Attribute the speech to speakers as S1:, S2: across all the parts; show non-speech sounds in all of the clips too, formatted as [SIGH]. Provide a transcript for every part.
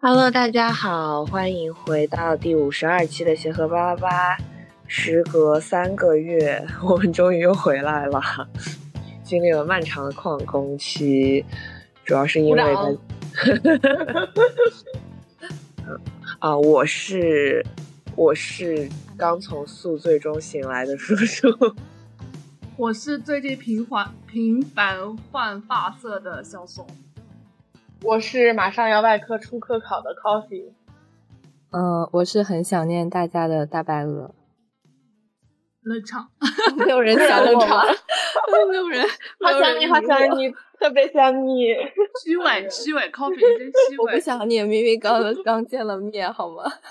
S1: Hello，大家好，欢迎回到第五十二期的协和巴拉巴。时隔三个月， [LAUGHS] 我们终于又回来了， [LAUGHS] 经历了漫长的旷工期，主要是因为
S2: 鼓掌
S1: 在 [LAUGHS] 啊，我是我是刚从宿醉中醒来的叔叔， [LAUGHS]
S2: 我是最近频繁频繁换发色的小松，
S3: 我是马上要外科出科考的 Coffee，
S4: 嗯，我是很想念大家的大白鹅，
S2: 冷场。
S4: [LAUGHS] 没有人想我吗？没有人，
S3: [LAUGHS] 好
S4: 没有
S3: 想
S4: 人
S3: 你，好
S4: 理我
S3: 想你，特别想你。
S2: [LAUGHS] 虚伪，虚
S3: [LAUGHS]
S2: 伪，copy 你真虚
S4: [LAUGHS] 我不
S2: 伪。
S4: 想念，明明刚刚见了面，好吗？ [LAUGHS]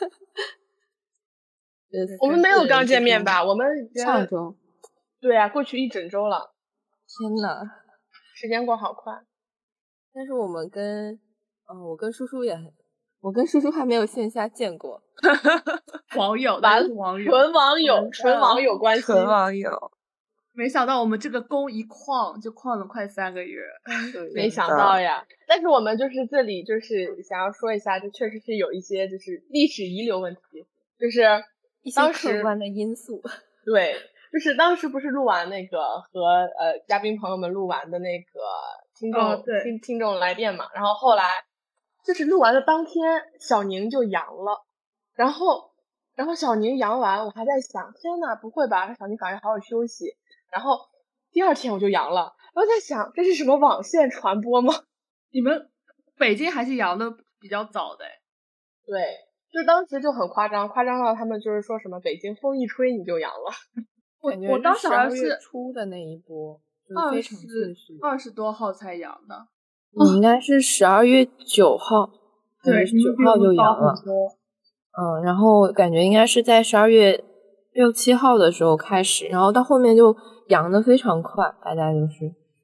S4: 呃
S3: 我们没有刚见面？吧？我们已经
S4: 上周，
S3: 对啊，过去一整周了，
S4: 天呐！
S3: 时间过好快。
S4: 但是我们跟，嗯、我跟叔叔也很，我跟叔叔还没有线下见 [LAUGHS] 过，
S2: 网友，
S3: [LAUGHS] 完
S2: 都是网友。
S3: 纯网友，纯网友关系。
S1: 嗯纯网友，
S2: 没想到我们这个工一旷就旷了快三个月。
S3: 没想到呀，但是我们就是这里就是想要说一下，这确实是有一些就是历史遗留问题，就是
S4: 一些
S3: 当
S4: 客
S3: 时
S4: 观的因素。
S3: 对，就是当时不是录完那个和呃嘉宾朋友们录完的那个听众、
S2: 哦对
S3: 听听众来电嘛，然后后来就是录完的当天，小宁就阳了，然后然后小宁阳完，我还在想，天呐，不会吧？小宁赶快好好休息。然后第二天我就阳了，然后在想这是什么网线传
S2: [LAUGHS]
S3: 播吗？
S2: 你们北京还是阳的比较早的，哎
S3: 对，就是当时就很夸张，夸张到他们就是说什么北京风一吹你就阳了。
S2: 我
S4: 感觉
S2: 我当时好像
S4: 12月
S2: 是
S4: 初的那一波，就是
S2: 二
S4: 非
S2: 十
S4: 常顺序。
S2: 二十多号才阳的。
S4: 你应该是十二月九号还
S2: 对，
S4: 是
S2: 你们
S4: 九
S2: 比
S4: 号
S2: 我
S4: 就
S2: 们
S4: 阳
S2: 高
S4: 了
S2: 很？多。
S4: 嗯，然后感觉应该是在十二月六七号的时候开始，然后到后面就阳的非常快，大家就是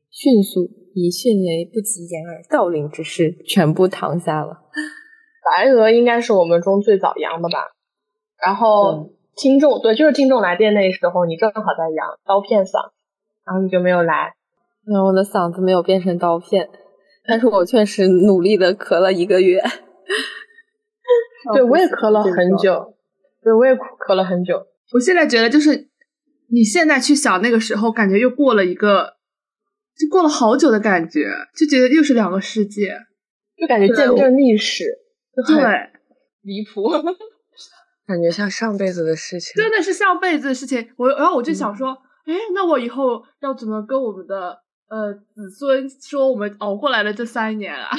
S4: 迅速以迅雷不及掩耳盗铃之势全部躺下了。
S3: 白鹅应该是我们中最早阳的吧。然后听众对，就是听众来电那时候，你正好在阳刀片嗓，然后你就没有来。
S4: 然后我的嗓子没有变成刀片，但是我确实努力的咳了一个月。
S3: [LAUGHS] 对我也咳了很，久，对我也咳了很久。
S2: 我现在觉得就是你现在去想那个时候，感觉又过了一个，就过了好久的感觉，就觉得又是两个世界。
S3: 就感觉
S2: 对
S4: 啊
S3: 见证历史，就很
S2: 对。
S3: 离谱。 [LAUGHS]
S1: 感觉像上辈子的事情。
S2: 真的是上辈子的事情。我然后我就想说，哎、那我以后要怎么跟我们的呃子孙说我们熬过来了这三年啊？ [LAUGHS]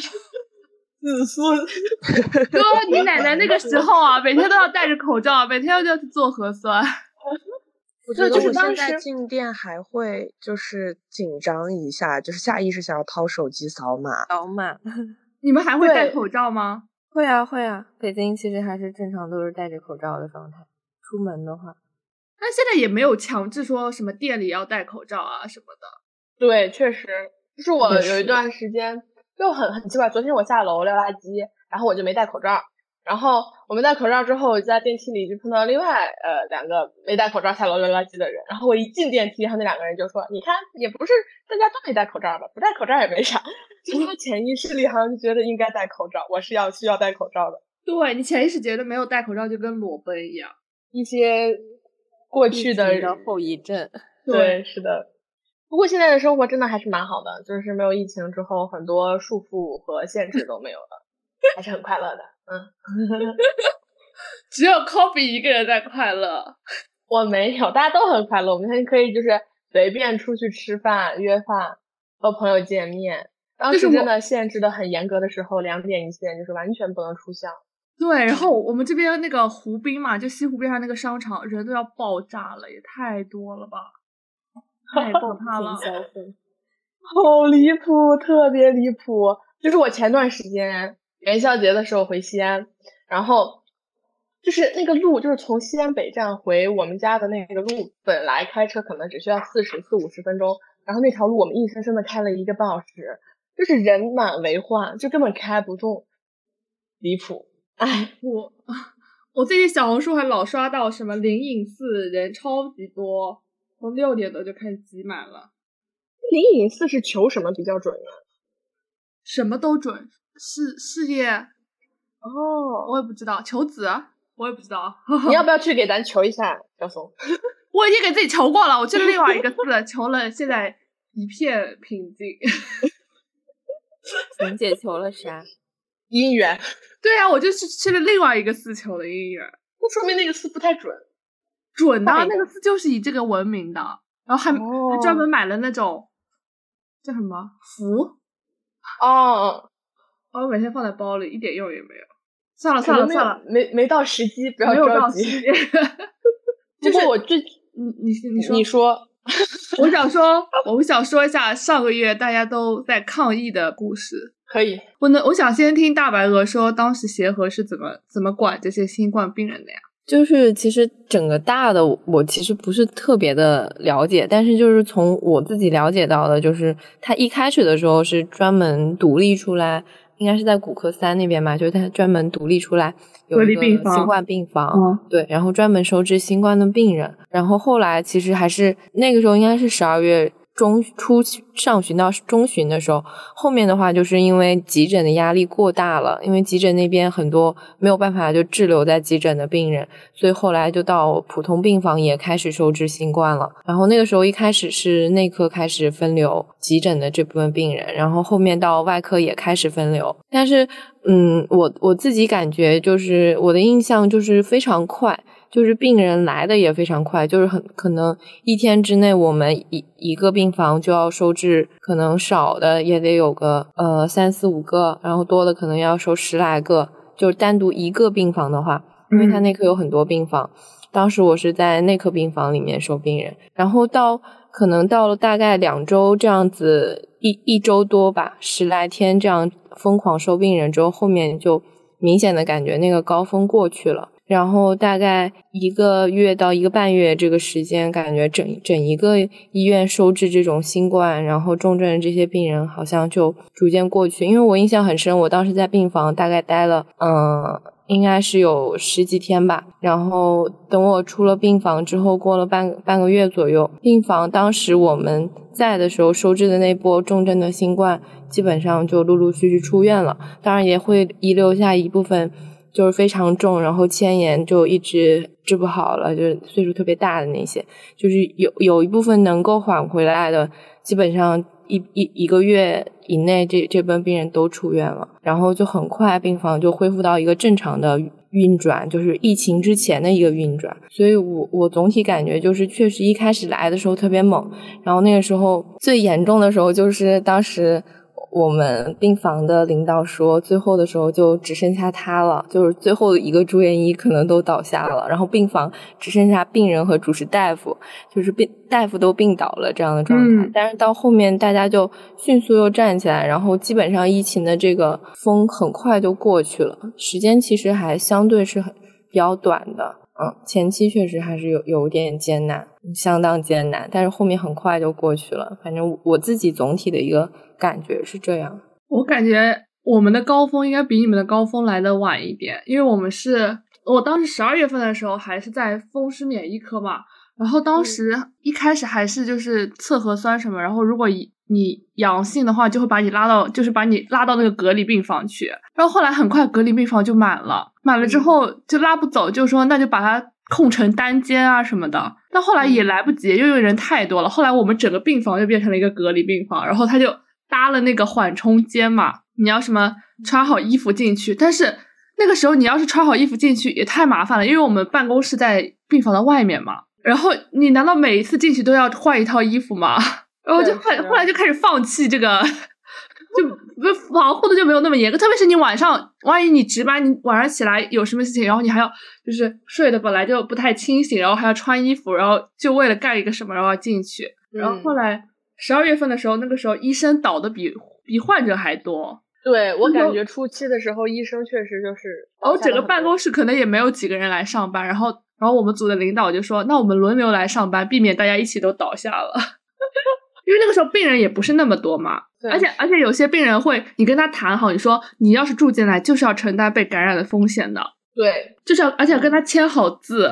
S3: 子孙， [LAUGHS]
S2: 说你奶奶那个时候啊，每天都要戴着口罩，每天都要去做核酸。
S1: 我觉
S3: 对
S1: 得
S3: 就是
S1: 我现
S3: 当
S1: 在
S3: 时
S1: 进店还会就是紧张一下，就是下意识想要掏手机扫码。 [LAUGHS]
S4: 扫码
S2: 你们还会
S3: 对
S2: 戴口罩吗？
S4: 会啊会啊，北京其实还是正常都是戴着口罩的状态，出门的话。
S2: 但现在也没有强制说什么店里要戴口罩啊什么的。
S3: 对，确实，就是我
S1: 也
S3: 有
S1: 是
S3: 一段时间就很很奇怪。昨天我下楼撂垃圾，然后我就没戴口罩。然后我没戴口罩之后，我就在电梯里就碰到另外呃两个没戴口罩下楼撂垃圾的人。然后我一进电梯，然后那两个人就说：“你看，也不是大家都没戴口罩吧？不戴口罩也没啥。”就是他潜意识里好像就觉得应该戴口罩，我是要需要戴口罩的。
S2: 对你潜意识觉得没有戴口罩就跟裸奔一样。
S3: 一些过去的
S4: 疫情的后遗症，
S3: 对，是的。不过现在的生活真的还是蛮好的，就是没有疫情之后，很多束缚和限制都没有了，还是很快乐的。嗯，
S2: 只有 Kobe 一个人在快乐。
S3: 我没有，大家都很快乐。我们现在可以就是随便出去吃饭、约饭，和朋友见面。当
S2: 就是
S3: 时
S2: 我
S3: 真的限制的很严格的时候，两点一线就是完全不能出巷。
S2: 对，然后我们这边那个湖滨嘛，就西湖边上那个商场，人都要爆炸了，也太多了吧，太爆塌了
S4: 疫。情消费。
S3: 嗯好离谱，特别离谱。就是我前段时间元宵节的时候回西安，然后就是那个路，就是从西安北站回我们家的那个路，本来开车可能只需要四十四五十分钟，然后那条路我们硬生生的开了一个半小时，就是人满为患，就根本开不动，离谱。哎唉，
S2: 我我最近小红书还老刷到什么灵隐寺人超级多，从六点多就开始挤满了，
S3: 灵隐寺是求什么比较准呢？
S2: 什么都准，事事业
S3: 哦，
S2: 我也不知道求子，我也不知道。
S3: 你要不要去给咱求一下，小松？
S2: 我已经给自己求过了，我去另外一个
S3: [LAUGHS]
S2: 字求了，现在一片平静。 [LAUGHS]
S4: 红姐求了啥？
S3: 姻缘，
S2: 对啊，我就去去了另外一个字求的姻缘，
S3: 那说明那个字不太准。
S2: 准的
S3: 坏
S2: 那个字就是以这个闻名的，然后还、
S3: 哦
S2: 还专门买了那种叫什么符，
S3: 哦，
S2: 我每天放在包里，一点用也没有。算了
S3: 可
S2: 啊算了
S3: 能没有
S2: 算了，，
S3: 没没到时机，不要
S2: 没有
S3: 着
S2: 到
S3: 急。
S2: 期。
S3: 不过我最
S2: [LAUGHS] 你你你说
S3: 你说
S2: 我想说，我想说一下上个月大家都在抗议的故事。
S3: 可以，
S2: 我呢，我想先听大白鹅说，当时协和是怎么怎么管这些新冠病人的呀？
S4: 就是其实整个大的我我其实不是特别的了解，但是就是从我自己了解到的，就是他一开始的时候是专门独立出来，应该是在骨科三那边吧，就是他专门独立出来有
S2: 隔
S4: 一
S2: 离
S4: 个
S2: 病房
S4: 新冠病房，
S2: 嗯
S4: 对，然后专门收治新冠的病人。然后后来其实还是那个时候应该是十二月中初上旬到中旬的时候，后面的话就是因为急诊的压力过大了，因为急诊那边很多没有办法就滞留在急诊的病人，所以后来就到普通病房也开始收治新冠了。然后那个时候一开始是内科开始分流急诊的这部分病人，然后后面到外科也开始分流。但是，嗯，我我自己感觉就是我的印象就是非常快，就是病人来的也非常快，就是很可能一天之内，我们一一个病房就要收治，可能少的也得有个呃三四五个，然后多的可能要收十来个。就是单独一个病房的话，因为他
S2: 嗯
S4: 内科有很多病房，当时我是在内科病房里面收病人，然后到可能到了大概两周这样子，一一周多吧，十来天这样疯狂收病人之后，后面就明显的感觉那个高峰过去了。然后大概一个月到一个半月这个时间，感觉整整一个医院收治这种新冠，然后重症的这些病人，好像就逐渐过去。因为我印象很深，我当时在病房大概待了，嗯、应该是有十几天吧。然后等我出了病房之后，过了半半个月左右，病房当时我们在的时候收治的那波重症的新冠，基本上就陆陆续续出院了。当然也会遗留下一部分就是非常重，然后迁延就一直治不好了，就是岁数特别大的那些，就是有有一部分能够缓回来的，基本上一一一个月以内这这部分病人都出院了，然后就很快病房就恢复到一个正常的。运转就是疫情之前的一个运转，所以我我总体感觉就是确实一开始来的时候特别猛，然后那个时候最严重的时候就是当时我们病房的领导说，最后的时候就只剩下他了，就是最后一个住院医可能都倒下了，然后病房只剩下病人和主治大夫，就是病大夫都病倒了这样的状态。
S2: 嗯
S4: 但是到后面大家就迅速又站起来，然后基本上疫情的这个风很快就过去了，时间其实还相对是很比较短的。嗯，前期确实还是有有点艰难，相当艰难，但是后面很快就过去了。反正我我自己总体的一个感觉是这样。
S2: 我感觉我们的高峰应该比你们的高峰来的晚一点，因为我们是我当时十二月份的时候还是在风湿免疫科嘛，然后当时一开始还是就是测核酸什么，然后如果一你阳性的话，就会把你拉到就是把你拉到那个隔离病房去，然后后来很快隔离病房就满了，满了之后就拉不走，就说那就把它空成单间啊什么的。但后来也来不及，因为人太多了。后来我们整个病房就变成了一个隔离病房，然后他就搭了那个缓冲间嘛，你要什么穿好衣服进去，但是。那个时候你要是穿好衣服进去也太麻烦了，因为我们办公室在病房的外面嘛。然后你难道每一次进去都要换一套衣服吗？然后就
S3: 对
S2: 后来
S3: 是
S2: 后来就开始放弃这个，就不防护的就没有那么严格。特别是你晚上，万一你值班，你晚上起来有什么事情，然后你还要就是睡得本来就不太清醒，然后还要穿衣服，然后就为了干一个什么，然后要进去。然后
S3: 嗯
S2: 后来十二月份的时候，那个时候医生倒的比比患者还多。
S3: 对我
S2: 然
S3: 感
S2: 后
S3: 觉初期的时候，医生确实就是，
S2: 然后哦整个办公
S3: 室，
S2: 室可能也没有几个人来上班，然后然后我们组的领导就说，那我们轮流来上班，避免大家一起都倒下了。 [LAUGHS] 因为那个时候病人也不是那么多嘛，
S3: 对
S2: 而且而且有些病人会，你跟他谈好，你说你要是住进来，就是要承担被感染的风险的，
S3: 对，
S2: 就是要而且要跟他签好字，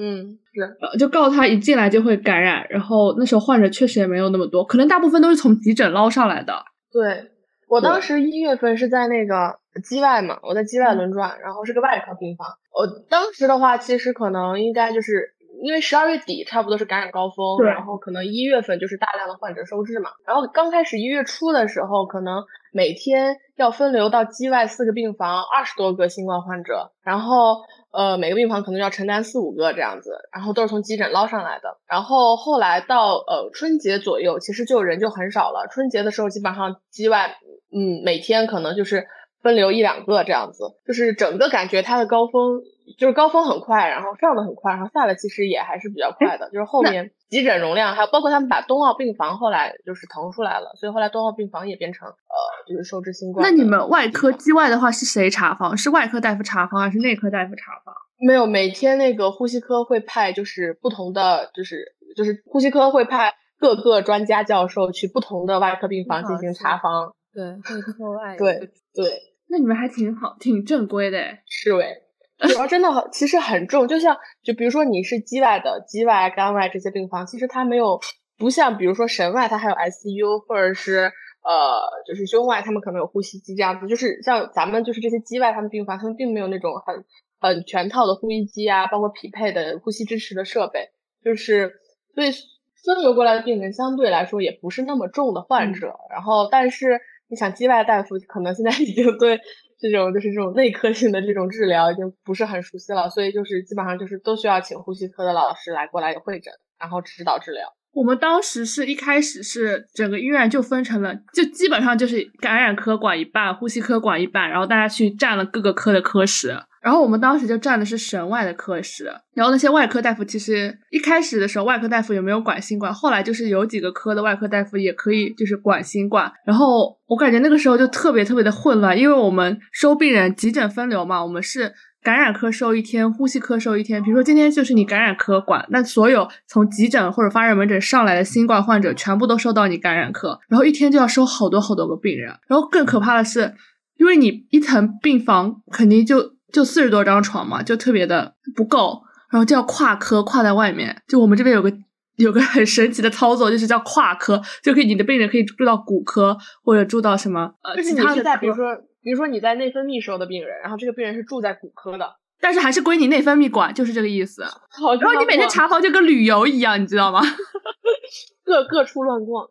S3: 嗯，是，
S2: 呃就告诉他一进来就会感染。然后那时候患者确实也没有那么多，可能大部分都是从急诊捞上来的。
S3: 对我当
S2: 对
S3: 时一月份是在那个机外嘛，我在机外轮转，然后是个外科病房。我当时的话，其实可能应该就是因为十二月底差不多是感染高峰，
S2: 对
S3: 然后可能一月份就是大量的患者收治嘛。然后刚开始一月初的时候，可能每天要分流到机外四个病房，二十多个新冠患者，然后呃每个病房可能要承担四五个这样子，然后都是从急诊捞上来的。然后后来到呃春节左右，其实就人就很少了。春节的时候，基本上机外嗯每天可能就是。分流一两个这样子，就是整个感觉它的高峰就是高峰很快，然后上的很快，然后下的其实也还是比
S2: 哎
S3: 较快的。就是后面急诊容量，还有包括他们把冬奥病房后来就是腾出来了，所以后来冬奥病房也变成呃就是收治新冠
S2: 那
S3: 的。
S2: 你们外科机外的话是谁查房？是外科大夫查房还是内科大夫查房？
S3: 没有每天那个呼吸科会派就是不同的就是就是呼吸科会派各个专家教授去不同的外科病
S2: 啊
S3: 房进行查房，
S4: 对，会 [LAUGHS] 课外
S3: 对
S4: 有一个
S3: 对。
S2: 那你们还挺好，挺正规的诶。
S3: 是喂，主要真的很其实很重，就像就比如说你是机外的、机外、肝外这些病房，其实它没有不像比如说神外，它还有 ICU 或者是呃就是胸外，他们可能有呼吸机这样子，就是像咱们就是这些机外他们病房，他们并没有那种很很全套的呼吸机啊，包括匹配的呼吸支持的设备，就是所以分流过来的病人相对来说也不是那么重的患者，然后但是你想机外大夫可能现在已经对这种就是这种内科性的这种治疗已经不是很熟悉了，所以就是基本上就是都需要请呼吸科的老师来过来会诊，然后指导治疗。
S2: 我们当时是一开始是整个医院就分成了，就基本上就是感染科管一半，呼吸科管一半，然后大家去占了各个科的科室。然后我们当时就占的是神外的科室，然后那些外科大夫其实一开始的时候，外科大夫也没有管新冠，后来就是有几个科的外科大夫也可以就是管新冠。然后我感觉那个时候就特别特别的混乱，因为我们收病人急诊分流嘛，我们是感染科收一天，呼吸科收一天。比如说今天就是你感染科管，那所有从急诊或者发热门诊上来的新冠患者全部都收到你感染科，然后一天就要收好多好多个病人。然后更可怕的是，因为你一层病房肯定就就四十多张床嘛，就特别的不够，然后就要跨科跨在外面。就我们这边有个有个很神奇的操作，就是叫跨科，就可以你的病人可以住到骨科或者住到什么呃
S3: 就是
S2: 其
S3: 你
S2: 他
S3: 是
S2: 的
S3: 在
S2: 科，
S3: 比如说，比如说你在内分泌收的病人，然后这个病人是住在骨科的，
S2: 但是还是归你内分泌管，就是这个意思。
S3: 好
S2: 然后你每天查房就跟旅游一样，你知道吗？ [LAUGHS]
S3: 各各处乱逛，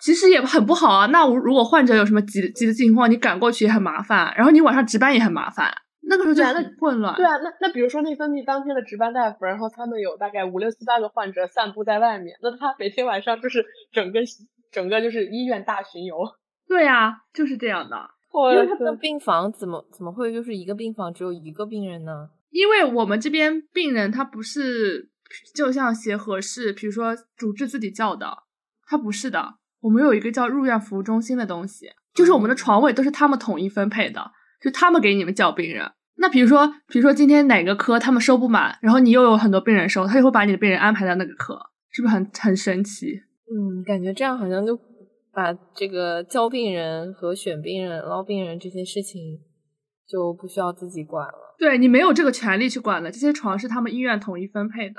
S2: 其实也很不好啊。那我如果患者有什么急急的情况，你赶过去也很麻烦，然后你晚上值班也很麻烦。那个时候就
S3: 对啊那
S2: 很混乱。
S3: 对啊，那那比如说内分泌当天的值班大夫，然后他们有大概五六七八个患者散布在外面，那他每天晚上就是整个整个就是医院大巡游。
S2: 对啊，就是这样的。
S3: 我
S4: 因
S3: 的
S4: 为他们的
S3: 天
S4: 病房怎么怎么会就是一个病房只有一个病人呢？
S2: 因为我们这边病人他不是就像协和是，比如说主治自己叫的，他不是的。我们有一个叫入院服务中心的东西，就是我们的床位都是他们统一分配的，就他们给你们叫病人。那比如说，比如说今天哪个科他们收不满，然后你又有很多病人收，他就会把你的病人安排到那个科，是不是很很神奇？
S4: 嗯，感觉这样好像就把这个教病人和选病人、捞病人这些事情就不需要自己管了。
S2: 对你没有这个权利去管了，这些床是他们医院统一分配的，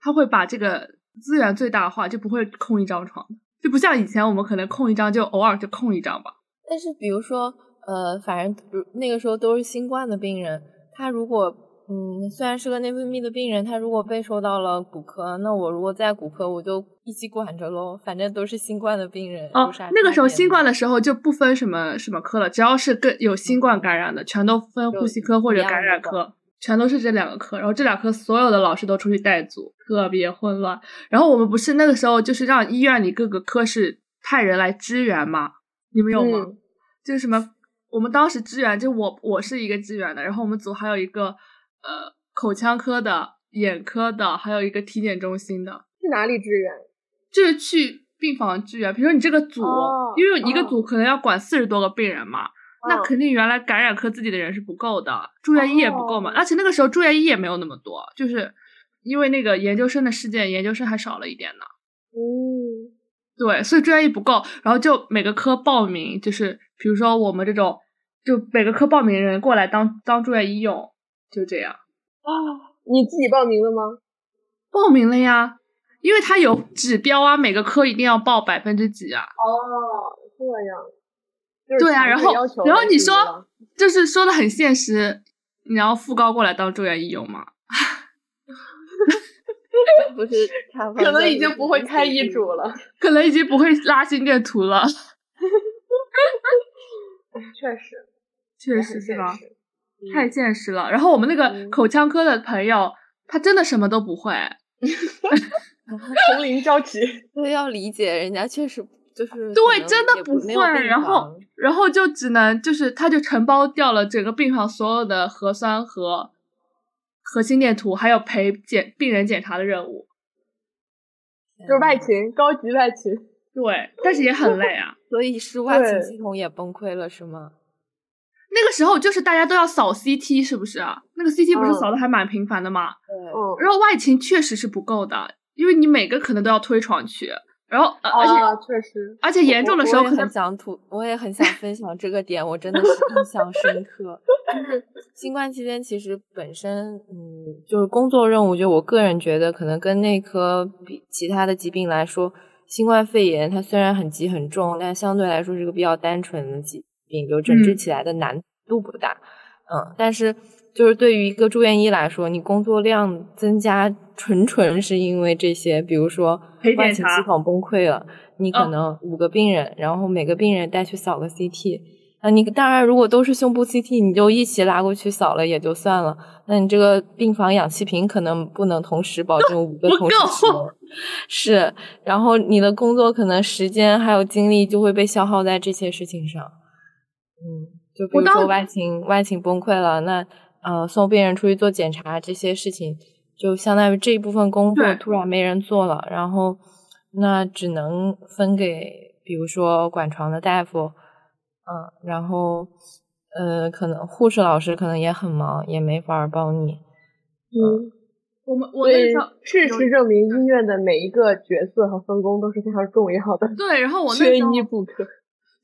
S2: 他会把这个资源最大化，就不会空一张床，就不像以前我们可能空一张就偶尔就空一张吧。
S4: 但是比如说，呃，反正如那个时候都是新冠的病人，他如果嗯，虽然是个内分泌的病人，他如果被收到了骨科，那我如果在骨科，我就一起管着喽，反正都是新冠的病人。
S2: 哦
S4: 有啥，
S2: 那个时候
S4: 差别呢
S2: 新冠的时候就不分什么什么科了，只要是跟有新冠感染的，全都分呼吸科或者感染
S4: 就一样
S2: 科，全都是这两个科。然后这两科所有的老师都出去带组，特别混乱。然后我们不是那个时候就是让医院里各个科室派人来支援嘛？你们有吗？
S3: 嗯
S2: 就是什么，我们当时支援，就我我是一个支援的，然后我们组还有一个呃口腔科的、眼科的，还有一个体检中心的，
S3: 去哪里支援？
S2: 就是去病房支援。比如说你这个组，
S3: 哦
S2: 因为一个
S3: 哦
S2: 组可能要管四十多个病人嘛，那
S3: 嗯
S2: 肯定原来感染科自己的人是不够的，住院医也不够嘛，
S3: 哦
S2: 而且那个时候住院医也没有那么多，就是因为那个研究生的事件，研究生还少了一点呢。
S3: 嗯，
S2: 对，所以住院医不够，然后就每个科报名，就是比如说我们这种，就每个科报名人过来当当住院医用，就这样
S3: 啊，你自己报名的吗？
S2: 报名了呀，因为它有指标啊，每个科一定要报百分之几啊，
S3: 哦，这样。就是
S2: 对啊，
S3: 强
S2: 然
S3: 制
S2: 后
S3: 要求
S2: 然后
S3: 的
S2: 你
S3: 是
S2: 说
S3: 吗，
S2: 就是说的很现实，你要副高过来当重点义勇吗？
S4: 不是他
S3: 可能已经不会开遗嘱了。
S2: 可能已经不会拉心电图了， [LAUGHS]
S3: 确实，
S2: 确
S3: 也
S2: 实
S3: 很
S2: 是
S3: 现
S2: 吧？
S3: 实。嗯
S2: 太现实了。然后我们那个
S4: 嗯
S2: 口腔科的朋友，他真的什么都不会，
S3: 丛林召集，
S4: 对，要理解人家确实就是
S2: 对
S4: 可能
S2: 真的
S4: 也
S2: 不
S4: 不没有
S2: 会
S4: 病
S2: 然后
S4: 房
S2: 然后就只能就是他就承包掉了整个病房所有的核酸和核心电图，还有陪检病人检查的任务。
S3: [LAUGHS] 就是
S4: 嗯
S3: 外，勤，高级外勤。
S2: 对，但是也很累
S4: [LAUGHS]
S2: 啊。
S4: 所以是外勤
S3: 对
S4: 系统也崩溃了是吗？
S2: 那个时候就是大家都要扫 CT，是不是啊？那个 CT 不是
S3: 嗯
S2: 扫的还蛮频繁的嘛。
S4: 对
S3: 嗯，
S2: 然后外勤确实是不够的，因为你每个可能都要推床去，然后、呃而且、
S3: 啊，确实，
S2: 而且严重的时候
S4: 哦我也
S2: 可
S4: 很
S2: 能
S4: 想吐，我也很想分享这个点，我真的是印象深刻。就是新冠期间，其实本身嗯，就是工作任务，就我个人觉得，可能跟内科比其他的疾病来说，新冠肺炎它虽然很急很重，但相对来说是个比较单纯的疾病，就诊治
S2: 嗯
S4: 起来的难度不大。嗯，但是就是对于一个住院医来说，你工作量增加，纯纯是因为这些，比如说
S2: 陪
S4: 外
S2: 检
S4: 勤
S2: 查
S4: 系统崩溃了，你可
S2: 嗯
S4: 能五个病人，然后每个病人带去扫个 CT。啊，你当然，如果都是胸部 CT，你就一起拉过去扫了也就算了。那你这个病房氧气瓶可能不能同时保证五个
S2: 不
S4: 同时
S2: 够
S4: 使用，是。然后你的工作可能时间还有精力就会被消耗在这些事情上。嗯，就比
S2: 我
S4: 如
S2: 当
S4: 说外勤外勤崩溃了，那呃送病人出去做检查这些事情，就相当于这一部分工作
S2: 对
S4: 突然没人做了，然后那只能分给比如说管床的大夫，嗯、然后呃可能护士老师可能也很忙，也没法儿帮你。
S3: 嗯，
S2: 我们我
S3: 所
S2: 那
S3: 以
S2: 时候
S3: 事
S2: 有
S3: 实证明，医院的每一个角色和分工都是非常重要 [LAUGHS] 的，
S2: 对，然后我那
S3: 缺
S2: 时候
S3: 一不可。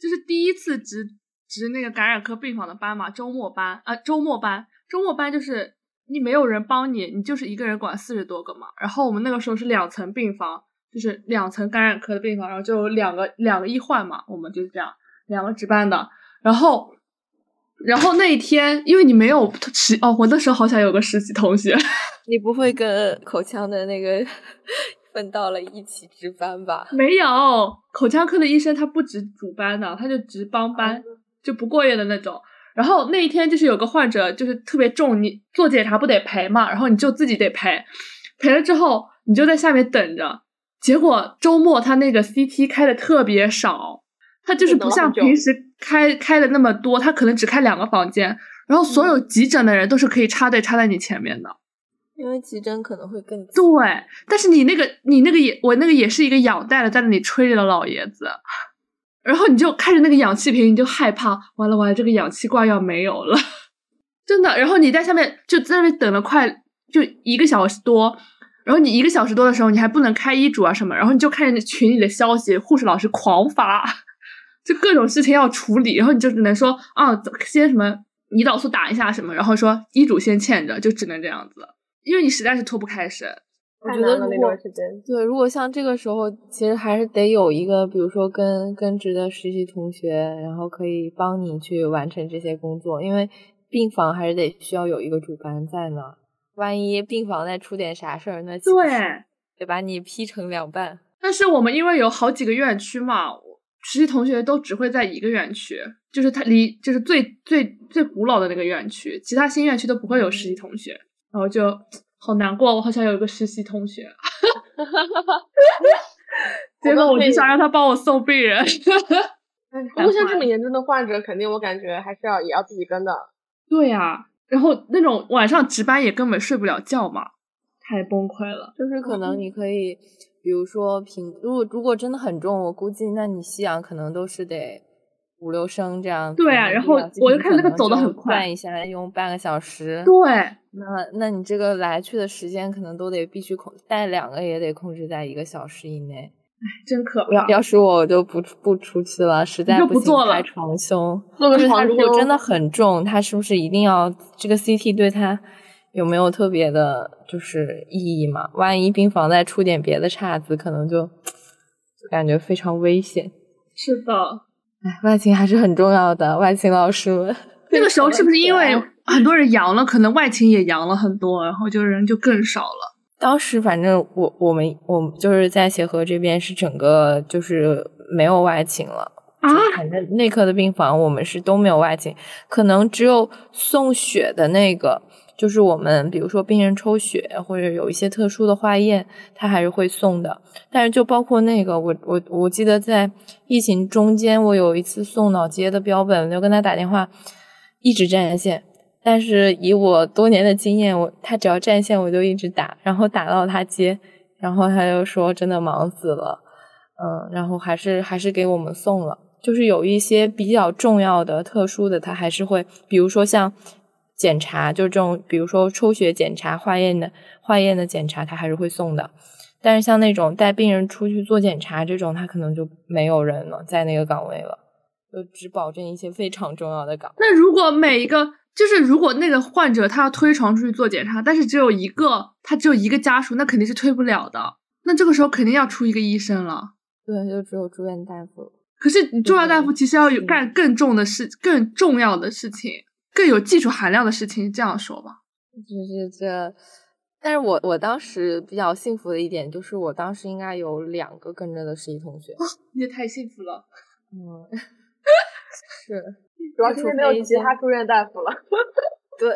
S2: 就是第一次值值那个感染科病房的班嘛，周末班啊、周末班，周末班就是你没有人帮你，你就是一个人管四十多个嘛。然后我们那个时候是两层病房，就是两层感染科的病房，然后就有两个两个医患嘛，我们就是这样两个值班的。然后，然后那一天，因为你没有实哦，我那时候好想有个实习同学，
S4: 你不会跟口腔的那个 [LAUGHS] 分到了一起值班吧？
S2: 没有，口腔科的医生他不值主班的，他就值帮
S3: 哦
S2: 班，就不过夜的那种。然后那一天就是有个患者就是特别重，你做检查不得陪嘛，然后你就自己得陪，陪了之后你就在下面等着。结果周末他那个 CT 开的特别少，他就是
S3: 等
S2: 不
S3: 了
S2: 像
S3: 很久
S2: 平时开开的那么多，他可能只开两个房间，然后
S3: 嗯
S2: 所有急诊的人都是可以插队插在你前面的。
S4: 因为急诊可能会更
S2: 对，但是你那个你那个也我那个也是一个养带的在那里吹着的老爷子，然后你就看着那个氧气瓶，你就害怕，完了完了，这个氧气罐要没有了， [LAUGHS] 真的。然后你在下面就在那里等了快就一个小时多，然后你一个小时多的时候，你还不能开医嘱啊什么，然后你就看着群里的消息，护士老师狂发， [LAUGHS] 就各种事情要处理，然后你就只能说啊，先什么胰岛素打一下什么，然后说医嘱先欠着，就只能这样子，因为你实在是脱不开身。
S4: 我
S3: 太
S4: 觉得
S3: 难了
S4: 如
S3: 那
S4: 果
S3: 段时间，
S4: 对，如果像这个时候，其实还是得有一个，比如说跟跟职的实习同学，然后可以帮你去完成这些工作，因为病房还是得需要有一个主班在那儿。万一病房再出点啥事儿，那岂不是
S2: 对，
S4: 得把你劈成两半。
S2: 但是我们因为有好几个院区嘛，我实习同学都只会在一个院区，就是他离就是最最最古老的那个院区，其他新院区都不会有实习同学，然后就好难过，我好想有一个实习同学。结果我就想让他帮我送病人， [LAUGHS]
S3: 哎不过像这么严重的患者，肯定我感觉还是要也要自己跟的。
S2: 对呀、然后那种晚上值班也根本睡不了觉嘛，太崩溃了。
S4: 就是可能你可以，比如说平，如果如果真的很重，我估计那你吸氧可能都是得五六升这样子。
S2: 对啊
S4: 那
S2: 然
S4: 一
S2: 后
S4: 氧气
S2: 我就
S4: 瓶
S2: 看那
S4: 可
S2: 个
S4: 能
S2: 走得
S4: 就
S2: 很快
S4: 转一下用半个小时。
S2: 对，
S4: 那那你这个来去的时间可能都得必须控，带两个也得控制在一个小时以内。
S2: 真可怕。
S4: 要要是我就不不出去了，实在
S2: 就不
S4: 行
S2: 做了
S4: 开床胸。
S3: 做个
S4: 就是他
S3: 床
S4: 如果真
S3: 胸
S4: 的很重，他是不是一定要这个 CT 对他有没有特别的，就是意义嘛？万一病房再出点别的岔子，可能就就感觉非常危险。
S2: 是的，
S4: 哎，外勤还是很重要的，外勤老师们。
S2: 那个时候是不是因为很多人阳了，可能外勤也阳了很多，然后就人就更少了？
S4: 当时反正我我们我们就是在协和这边是整个就是没有外勤了，
S2: 啊，
S4: 反正内科的病房我们是都没有外勤，可能只有送血的那个，就是我们比如说病人抽血或者有一些特殊的化验，他还是会送的。但是就包括那个，我我我记得在疫情中间，我有一次送脑结的标本，我就跟他打电话，一直占线。但是以我多年的经验，我他只要占线我就一直打，然后打到他接，然后他就说真的忙死了，嗯，然后还是还是给我们送了。就是有一些比较重要的、特殊的，他还是会，比如说像检查，就是这种，比如说抽血检查、化验的化验的检查，他还是会送的。但是像那种带病人出去做检查这种，他可能就没有人了，在那个岗位了，就只保证一些非常重要的岗。
S2: 那如果每一个就是如果那个患者他要推床出去做检查，但是只有一个，他只有一个家属，那肯定是推不了的。那这个时候肯定要出一个医生了。
S4: 对，就只有住院大夫了。
S2: 可是你重要大夫其实要有
S4: 嗯
S2: 干更重的事、更重要的事情、更有技术含量的事情，这样说吧。
S4: 就是这，但是我我当时比较幸福的一点就是，我当时应该有两个跟着的实习同 [LAUGHS] 学。
S2: 你也太幸福了。
S4: 嗯， [LAUGHS] 是。
S3: 主要是因为没有其他住院大夫了。
S4: 对，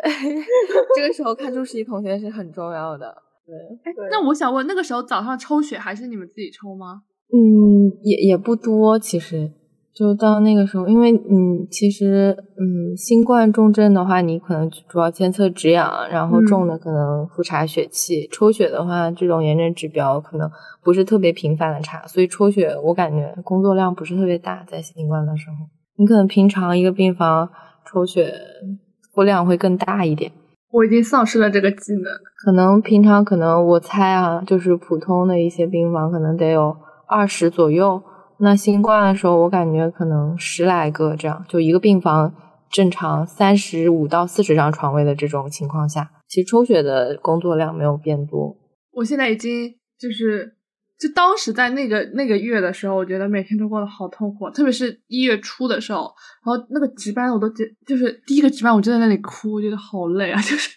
S4: 这个时候看出实习同学是很重要的。对，
S2: 哎
S3: [LAUGHS] 对，
S2: 那我想问，那个时候早上抽血还是你们自己抽吗？
S4: 嗯，也也不多，其实就到那个时候，因为嗯，其实嗯，新冠重症的话，你可能主要监测止氧，然后
S2: 嗯
S4: 重的可能复查血气，抽血的话，这种炎症指标可能不是特别频繁的查，所以抽血我感觉工作量不是特别大，在新冠的时候，你可能平常一个病房抽血嗯活量会更大一点。
S2: 我已经丧失了这个技能。
S4: 可能平常可能我猜啊，就是普通的一些病房可能得有二十左右。那新冠的时候，我感觉可能十来个这样，就一个病房正常三十五到四十张床位的这种情况下，其实抽血的工作量没有变多。
S2: 我现在已经就是，就当时在那个那个月的时候，我觉得每天都过得好痛苦，特别是一月初的时候，然后那个值班我都觉就是第一个值班我就在那里哭，我觉得好累啊，就是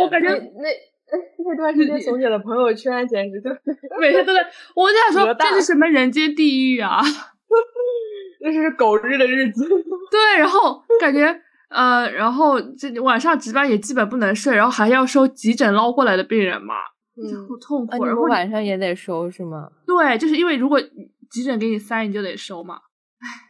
S2: 我感觉
S3: 那那 [LAUGHS] 那段时间，熊姐的朋友圈简 [LAUGHS] 直就是
S2: 每天都在，我就想说
S3: 鹅蛋
S2: 这是什么人间地狱啊！ [LAUGHS]
S3: 那是狗日的日子。
S2: 对，然后感觉呃，然后这晚上值班也基本不能睡，然后还要收急诊捞过来的病人嘛，
S3: 嗯，
S2: 好痛
S4: 啊，
S2: 苦。
S4: 你
S2: 然
S4: 们
S2: 后你
S4: 晚上也得收是吗？
S2: 对，就是因为如果急诊给你塞，你就得收嘛。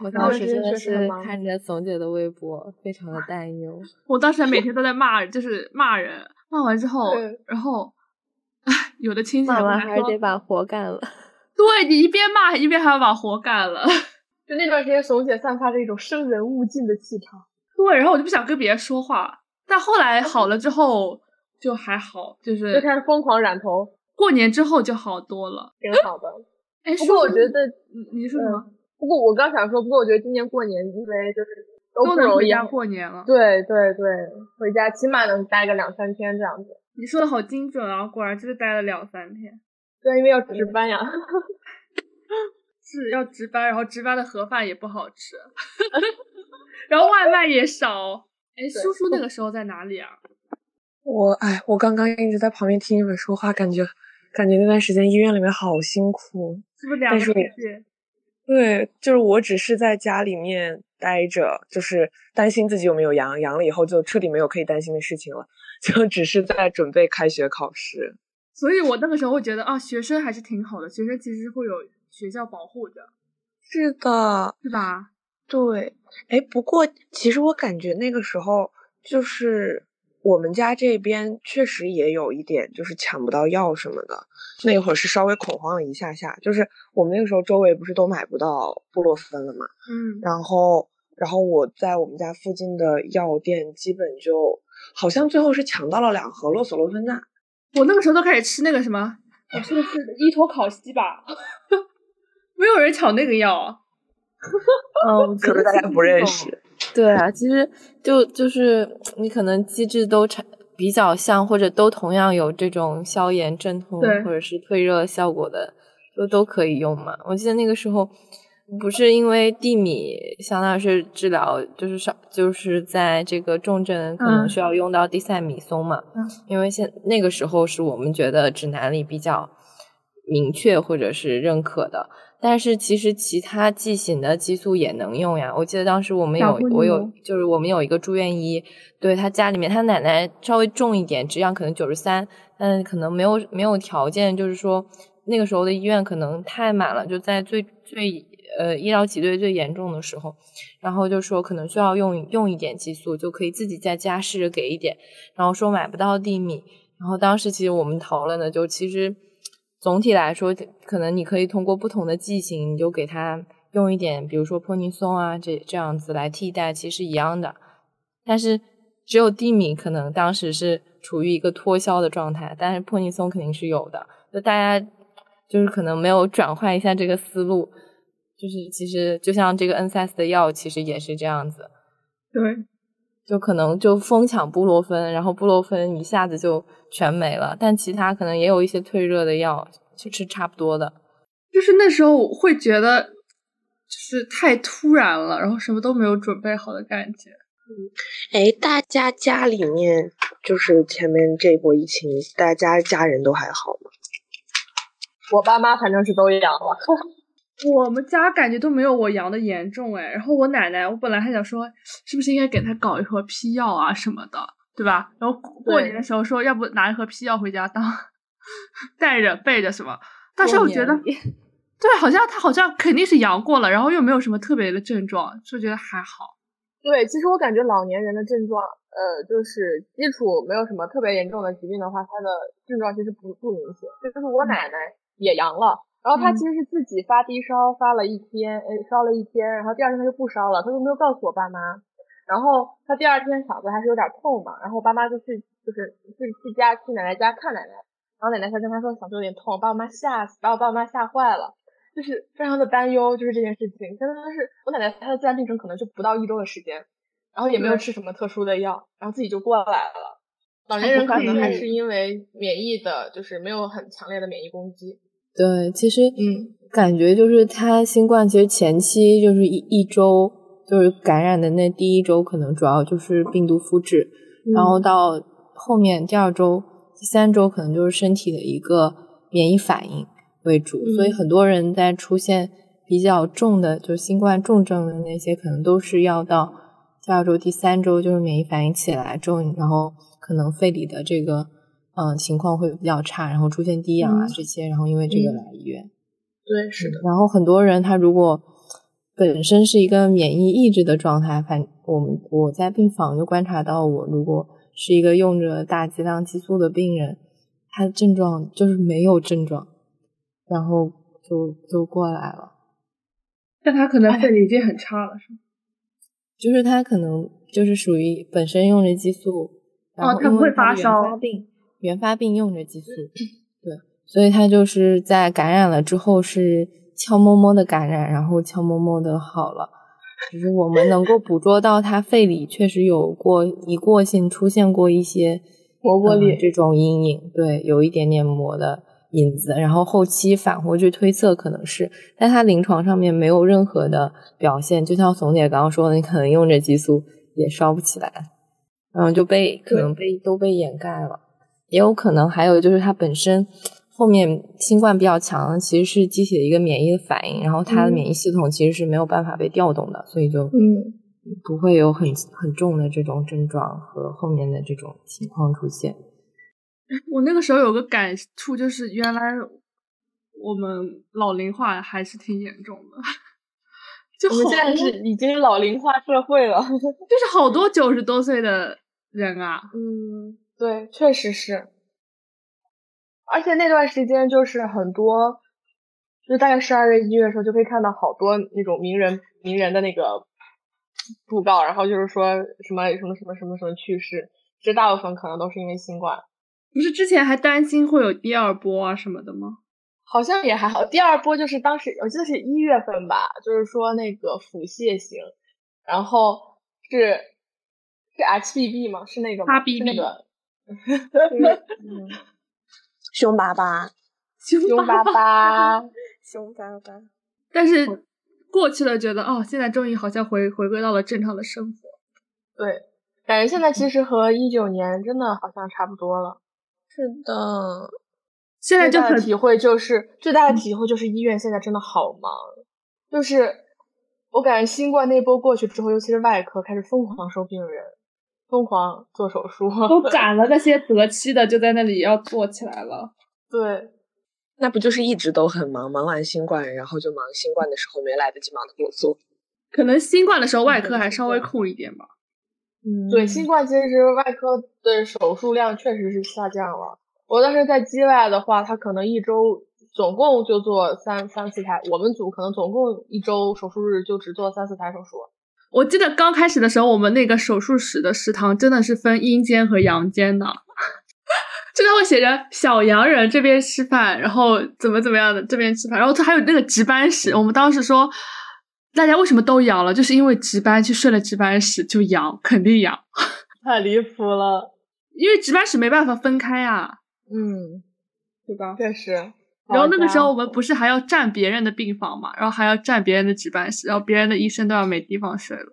S4: 我
S3: 然
S4: 当
S3: 后
S4: 时
S3: 这
S4: 真的
S3: 确实很
S4: 是
S3: 忙
S4: 看着怂姐的微博，非常的担忧。
S3: [LAUGHS]
S2: 我当时每天都在骂，就是骂人，骂完之后
S3: 对，
S2: 然后， [LAUGHS] 唉，有的亲戚
S4: 骂
S2: 过
S4: 完
S2: 来
S4: 还是
S2: 说
S4: 得，把活干了。
S2: 对你一边骂一边还要把活干了，
S3: [LAUGHS]
S2: [LAUGHS]
S3: 就那段时间，熊姐散发着一种生人勿近的气场。
S2: 对，然后我就不想跟别人说话。但后来好了之后就还好，就
S3: 就是开始疯狂染头，
S2: 过年之后就好多了。
S3: 挺好的。
S2: 哎，
S3: 不过我
S2: 说
S3: 觉得，嗯
S2: 你你说什么？
S3: 不过我刚想说，不过我觉得今年过年，因为就是都
S2: 都
S3: 不
S2: 能
S3: 容
S2: 回
S3: 易，啊
S2: 家过年了，
S3: 对对对，回家起码能待个两三天这样子。
S2: 你说的好精准啊！果然就是待了两三天，
S3: 对，因为要值班呀。
S2: 是要值班，然后值班的盒饭也不好吃， [LAUGHS] 然后外卖也少。哎，叔叔那个时候在哪里啊？
S1: 我哎，我刚刚一直在旁边听你们说话，感觉感觉那段时间医院里面好辛苦。
S2: 是不是两个
S1: 但是
S2: 世
S1: 我
S2: 界？
S1: 对，就是我只是在家里面待着，就是担心自己有没有阳，阳了以后就彻底没有可以担心的事情了，就只是在准备开学考试。
S2: 所以我那个时候会觉得啊，学生还是挺好的，学生其实会有学校保护着，
S1: 是的，
S2: 是吧？
S1: 对，哎，不过其实我感觉那个时候就是我们家这边确实也有一点就是抢不到药什么的，那会儿是稍微恐慌了一下下，就是我们那个时候周围不是都买不到布洛芬了嘛，
S2: 嗯，
S1: 然后，然后我在我们家附近的药店，基本就好像最后是抢到了两盒洛索洛芬钠。
S2: 我那个时候都开始吃那个什么，我吃的是伊托烤西吧， [LAUGHS] 没有人抢那个药啊。
S4: 嗯，我觉
S1: 可能
S4: 得
S1: 大
S4: 其
S1: 家
S4: 实
S1: 不
S4: 这
S1: 认
S4: 种
S1: 识，
S4: [LAUGHS] 对啊，其实就就是你可能机制都差比较像，或者都同样有这种消炎、镇痛
S2: 对
S4: 或者是退热效果的，就都可以用嘛。我记得那个时候不是因为地米相当于是治疗，就是上就是在这个重症可能需要用到地塞米松嘛，
S2: 嗯
S4: 因为现那个时候是我们觉得指南里比较明确或者是认可的，但是其实其他剂型的激素也能用呀。我记得当时我们
S2: 打
S4: 有
S2: 过
S4: 我有
S2: 牛
S4: 就是我们有一个住院医，对他家里面他奶奶稍微重一点，质量可能九十三，但可能没有没有条件，就是说那个时候的医院可能太满了，就在最最呃医疗挤兑最严重的时候，然后就说可能需要用用一点激素，就可以自己在家试着给一点，然后说买不到地米，然后当时其实我们讨论的就其实总体来说，可能你可以通过不同的剂型，你就给它用一点，比如说泼尼松啊这这样子来替代，其实一样的。但是只有地米可能当时是处于一个脱销的状态，但是泼尼松肯定是有的。就大家就是可能没有转换一下这个思路，就是其实就像这个 NSAIDs 的药，其实也是这样子。
S2: 对，
S4: 就可能就疯抢布洛芬，然后布洛芬一下子就全没了，但其他可能也有一些退热的药，就是差不多的。
S2: 就是那时候我会觉得就是太突然了，然后什么都没有准备好的感觉。
S1: 哎，大家家里面就是前面这波疫情，大家家人都还好吗？
S3: 我爸妈反正是都阳了，
S2: 我们家感觉都没有我阳的严重哎，然后我奶奶，我本来还想说，是不是应该给她搞一盒批药啊什么的，对吧？然后过过
S3: 对
S2: 年的时候说，要不拿一盒批药回家当 [LAUGHS] 带着备着什么？但是我觉得，
S4: 过年
S2: [LAUGHS] 对，好像她好像肯定是阳过了，然后又没有什么特别的症状，就觉得还好。
S3: 对，其实我感觉老年人的症状，呃，就是基础没有什么特别严重的疾病的话，他的症状其实不不明显。就是我奶奶也阳了，然后
S2: 嗯
S3: 她其实是自己发低烧，发了一天，呃，烧了一天，然后第二天她就不烧了，她就没有告诉我爸妈。然后她第二天嗓子还是有点痛嘛，然后我爸妈就去就是去去家去奶奶家看奶奶，然后奶奶才跟她说嗓子有点痛，把我妈吓死，把我爸妈吓坏了。就是非常的担忧，就是这件事情。真的是我奶奶她的自然病程可能就不到一周的时间，然后也没有
S2: 对
S3: 吃什么特殊的药，然后自己就过来了。老年
S2: 我
S3: 人可
S2: 感
S3: 能还
S2: 觉
S3: 是因为免疫的，就是没有很强烈的免疫攻击。
S4: 对，其实
S3: 嗯，
S4: 感觉就是他新冠，其实前期就是一一周，就是感染的那第一周，可能主要就是病毒复制，然
S3: 嗯
S4: 后到后面第二周、第三周，可能就是身体的一个免疫反应为主，所以
S3: 嗯
S4: 很多人在出现比较重的，就是新冠重症的那些，可能都是要到第二周、第三周，就是免疫反应起来之后，然后可能肺里的这个嗯、呃情况会比较差，然后出现低氧啊
S2: 嗯
S4: 这些，然后因为这个
S3: 嗯
S4: 来医院。
S3: 对，是的，
S4: 然后很多人他如果本身是一个免疫抑制的状态，反我们我在病房就观察到，我如果是一个用着大剂量激素的病人，他的症状就是没有症状，然后就就过来了，
S2: 但她可能肺里已经很差了，是吗？
S4: 就是他可能就是属于本身用着激素，然
S2: 哦
S4: 后
S2: 他
S4: 因
S2: 不
S4: 为
S2: 会
S4: 他
S2: 发
S4: 的原
S2: 烧嗯
S4: 发病原发病用着激素，对，所以他就是在感染了之后是悄摸摸的感染，然后悄摸摸的好了。就是我们能够捕捉到他肺里确实有过一过性出现过一些
S3: 活
S4: 呃
S3: 过裂。
S4: 这种阴影，对，有一点点膜的影子。然后后期返回去推测可能是，但他临床上面没有任何的表现，就像怂姐刚刚说的，你可能用这激素也烧不起来，然后就被可能被都被掩盖了。也有可能还有就是它本身后面新冠比较强，其实是机体的一个免疫的反应，然后它的
S3: 嗯
S4: 免疫系统其实是没有办法被调动的，所以就
S3: 嗯，
S4: 不会有很很重的这种症状和后面的这种情况出现。
S2: 我那个时候有个感触，就是原来我们老龄化还是挺严重的，就
S3: 我们
S2: 好
S3: 现在
S2: 多
S3: 是已经老龄化社会了。
S2: 就是好多九十多岁的人啊，
S3: 嗯，对，确实是。而且那段时间就是很多，就大概十二月、一月的时候，就可以看到好多那种名人名人的那个布告，然后就是说什么什么什么什么什么去世，其实大部分可能都是因为新冠，
S2: 不是之前还担心会有第二波啊什么的吗？
S3: 好像也还好。第二波就是当时我记得是一月份吧，就是说那个腹泻型，然后是是 HBB 吗？是那个吗？是那
S2: HBB
S3: 个
S1: [LAUGHS] 凶巴巴，
S2: 凶
S3: 凶巴
S2: 巴巴。
S3: 巴。
S1: 凶巴巴。
S3: 哦
S2: 但是过去了，觉得哦，现在终于好像回回归到了正常的生活。
S3: 对，感觉现在其实和一九年真的好像差不多了。
S1: 是的，
S2: 现在
S3: 最
S2: 就
S3: 大
S2: 很
S3: 的体会就是最大的体会就是医院现在真的好忙，就是我感觉新冠那波过去之后，尤其是外科开始疯狂收病人，疯狂做手术，
S2: 都斩了那些得期的，就在那里要做起来了。
S3: [LAUGHS] 对
S1: 那不就是一直都很忙，忙完新冠，然后就忙新冠的时候没来得及忙的工作。
S2: 可能新冠的时候外科还稍微
S3: 对
S2: 空一点吧。
S4: 嗯，
S3: 对，新冠其实外科的手术量确实是下降了。我当时在机外的话，他可能一周总共就做三三四台，我们组可能总共一周手术日就只做三四台手术。
S2: 我记得刚开始的时候，我们那个手术室的食堂真的是分阴间和阳间的， [LAUGHS] 就他会写着小洋人这边吃饭，然后怎么怎么样的这边吃饭，然后他还有那个值班室，我们当时说大家为什么都阳了，就是因为值班去睡了值班室就阳，肯定阳，
S3: 太离谱了，
S2: 因为值班室没办法分开啊，
S3: 嗯，
S2: 对吧？
S3: 确实。
S2: 然后那个时候我
S3: 好
S2: 们
S3: 家伙
S2: 不是还要占别人的病房嘛，然后还要占别人的值班室，然后别人的医生都要没地方睡了。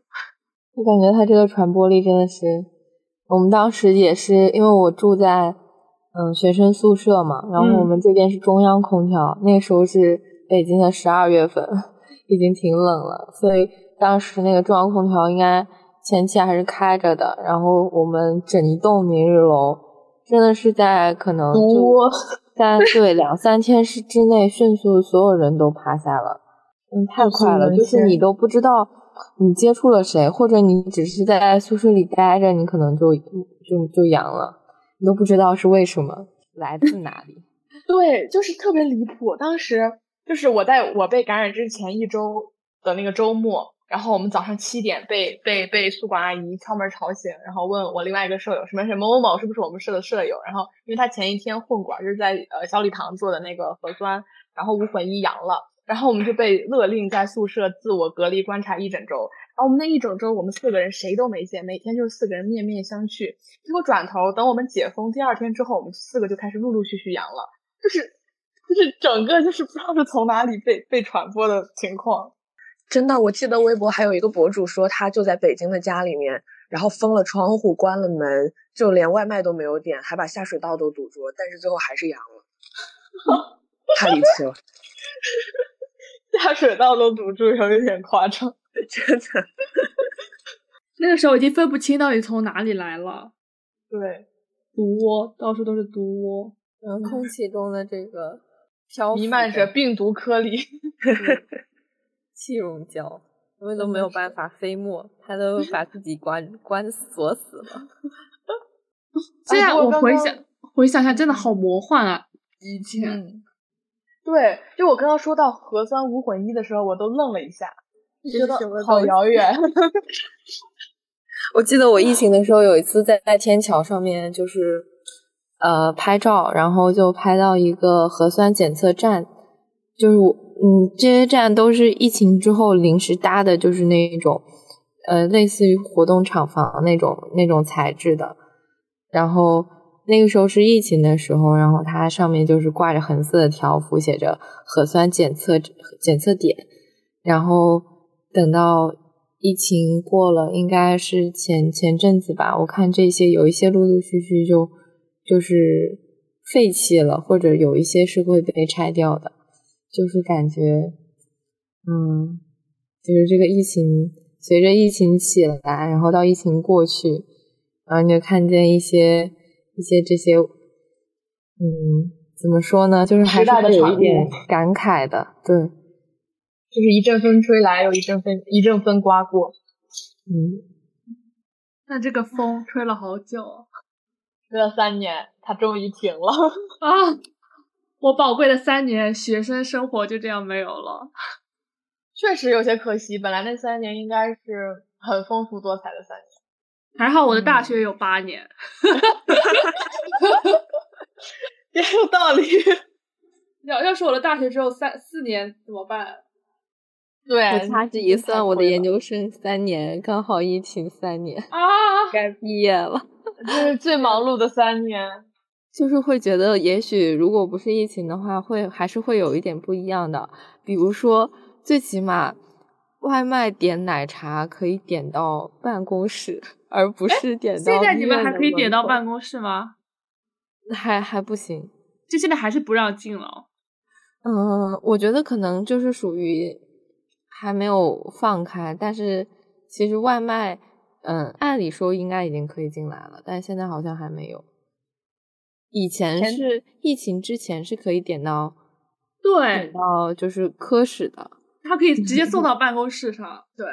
S4: 我感觉它这个传播力真的是，我们当时也是因为我住在嗯学生宿舍嘛，然后我们这边是中央空调，那个时候是北京的十二月份， [LAUGHS] 已经挺冷了，所以当时那个中央空调应该前期还是开着的，然后我们整一栋明日楼真的是在可能
S3: 毒
S4: 就在对两三天是之内迅速所有人都趴下了。嗯，太
S3: 迅速
S4: 快了，
S3: 沦
S4: 就是
S3: 陷
S4: 你都不知道你接触了谁，或者你只是在宿舍里待着，你可能就就就阳了，你都不知道是为什么，来自哪里。
S3: 对，就是特别离谱。当时就是我在我被感染之前一周的那个周末，然后我们早上七点被被被宿管阿姨敲门吵醒，然后问我另外一个舍友什么什么某某某是不是我们社的舍友，然后因为他前一天混管就是在呃小礼堂做的那个核酸，然后五混一阳了。然后我们就被勒令在宿舍自我隔离观察一整周，然后我们那一整周我们四个人谁都没见，每天就是四个人面面相觑。结果转头等我们解封第二天之后，我们四个就开始陆陆续续阳了。就是就是整个就是不知道是从哪里被被传播的情况。
S1: 真的，我记得微博还有一个博主说，他就在北京的家里面，然后封了窗户，关了门，就连外卖都没有点，还把下水道都堵住了，但是最后还是阳了，太离奇了，
S3: 下水道都堵住，有一点夸张。
S1: 真的。
S2: 那个时候已经分不清到底从哪里来了，
S3: 对，
S2: 毒窝到处都是毒窝。
S4: [LAUGHS] 嗯，空气中的这个漂
S3: 弥
S4: 浮
S3: 漫着
S4: 的
S3: 病毒颗粒。
S4: 气溶胶，因为都
S3: 嗯
S4: 没有办法飞沫，它都把自己关关锁死了。
S2: 现在
S3: 不过
S2: 我
S3: 刚
S2: 回
S3: 刚
S2: 想回想一下，真的好魔幻啊！以前
S3: 嗯， [LAUGHS] 对，就我刚刚说到核酸五混一的时候，我都愣了一下，就觉
S4: 是
S3: 得
S4: 什么
S3: 好
S4: 东
S3: 遥 [LAUGHS] 远。
S4: 我记得我疫情的时候有一次在在天桥上面就是呃拍照，然后就拍到一个核酸检测站，就是我嗯这些站都是疫情之后临时搭的，就是那一种呃类似于活动厂房那种那种材质的，然后。那个时候是疫情的时候，然后它上面就是挂着横色的条幅，写着核酸检测检测点，然后等到疫情过了，应该是前前阵子吧，我看这些有一些陆陆续续就就是废弃了，或者有一些是会被拆掉的，就是感觉，嗯，就是这个疫情随着疫情起来，然后到疫情过去，然后你就看见一些一些这些，嗯，怎么说呢，就是还是
S3: 时代的
S4: 会有
S3: 产
S4: 一
S3: 物
S4: 点感慨的，对。嗯
S3: 就是一阵风吹来，又一阵风一阵风刮过。
S4: 嗯，
S2: 那这个风吹了好久啊
S3: 吹了三年，它终于停了。 [LAUGHS]
S2: 啊！我宝贵的三年学生生活就这样没有了。
S3: 确实有些可惜，本来那三年应该是很丰富多彩的三年。
S2: 还好我的大
S3: 嗯
S2: 学有八年，
S3: [LAUGHS] 也有道理。
S2: 要要是我的大学只有三四年怎么办？
S4: 我
S3: 对，
S2: 嗯
S4: 掐指一算，我的研
S3: 究
S4: 究生三年刚好疫情三年，
S2: 啊！
S4: 该毕业了。
S3: 这是最忙碌的三年。
S4: 就是会觉得，也许如果不是疫情的话，会还是会有一点不一样的。比如说，最起码外卖点奶茶可以点到办公室，而不是点到
S2: 现在你们还哎可以点到办
S4: 公，
S2: 公室吗？
S4: 还还不行。
S2: 就现在还是不让进了哦。
S4: 嗯，我觉得可能就是属于还没有放开，但是其实外卖，嗯，按理说应该已经可以进来了，但现在好像还没有。以前
S3: 前
S4: 是疫情之前是可以点到点
S2: 对，
S4: 到就是科室的，
S2: 他可以直接 [LAUGHS] 送到办公室上。对，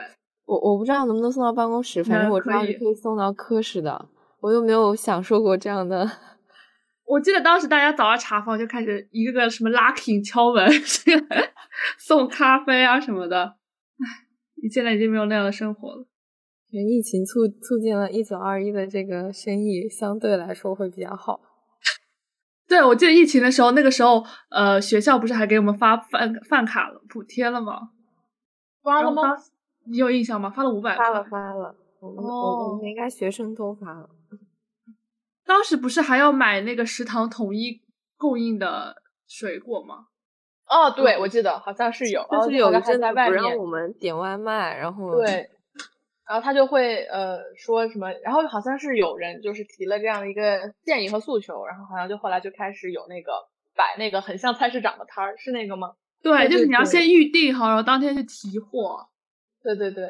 S4: 我我不知道能不能送到办公室，反正
S2: 那
S4: 我
S2: 嗯
S4: 知
S2: 可
S4: 道是
S2: 以
S4: 可以送到科室的，我又没有享受过这样的。 [LAUGHS]
S2: 我记得当时大家早上查房就开始一个个什么 lucky 敲门， [LAUGHS] 送咖啡啊什么的。唉，你现在已经没有那样的生活了。
S4: 疫情促促进了一九二一的这个生意，相对来说会比较好。
S2: 对，我记得疫情的时候，那个时候，呃，学校不是还给我们发饭饭卡了补贴了吗？
S3: 发了
S2: 然后
S3: 吗？
S2: 当时？你有印象吗？发了五百
S4: 发了发了，我们、我我
S3: 哦
S4: 们应该学生都发了。
S2: 当时不是还要买那个食堂统一供应的水果吗？
S3: 哦，对，我记得好像是有，然
S4: 但
S3: 后
S4: 是有
S3: 好
S4: 一
S3: 像哦还
S4: 阵子
S3: 在
S4: 不
S3: 外
S4: 让
S3: 面
S4: 我。们点外卖，然后
S3: 对，然后他就会呃说什么，然后好像是有人就是提了这样的一个建议和诉求，然后好像就后来就开始有那个摆那个很像菜市场的摊儿，是那个吗？
S2: 对，就是
S3: 对
S2: 你要
S3: 对
S2: 先预定好，然后当天去提货。
S3: 对对对，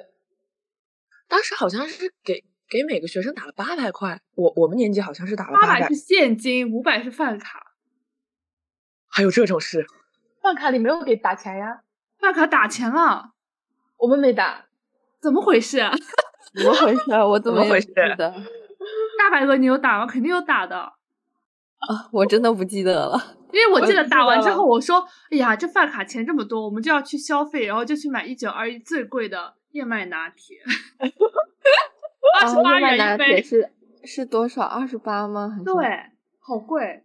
S1: 当时好像是给给每个学生打了八百块，我我们年级好像是打了
S2: 八
S1: 百
S2: 百是，现金，五百是饭卡。
S1: 还有这种事，
S3: 饭卡里没有给打钱呀，
S2: 饭卡打钱了，
S3: 我们没打。
S2: 怎么回事、啊？
S4: 怎么回事啊？ [LAUGHS] 我怎
S1: 怎么
S4: 也
S1: 回
S4: 不
S1: 事
S4: 记得
S2: 大白鹅你有打吗？肯定有打的，
S4: 啊？我真的不记得了。
S2: 因为我
S3: 我
S2: 记
S3: 也
S2: 得
S3: 不
S2: 打
S3: 记
S2: 完
S3: 得
S2: 之
S3: 了
S2: 后，我说：“哎呀，这饭卡钱这么多，我们就要去消费，然后就去买一九二一最贵的燕麦拿
S4: [LAUGHS]
S2: 铁，二十
S4: 啊
S2: 八
S4: 燕麦
S2: 元
S4: 拿
S2: 一
S4: 铁
S2: 杯，
S4: 是是多少？二十八吗？还是
S2: 对，好贵。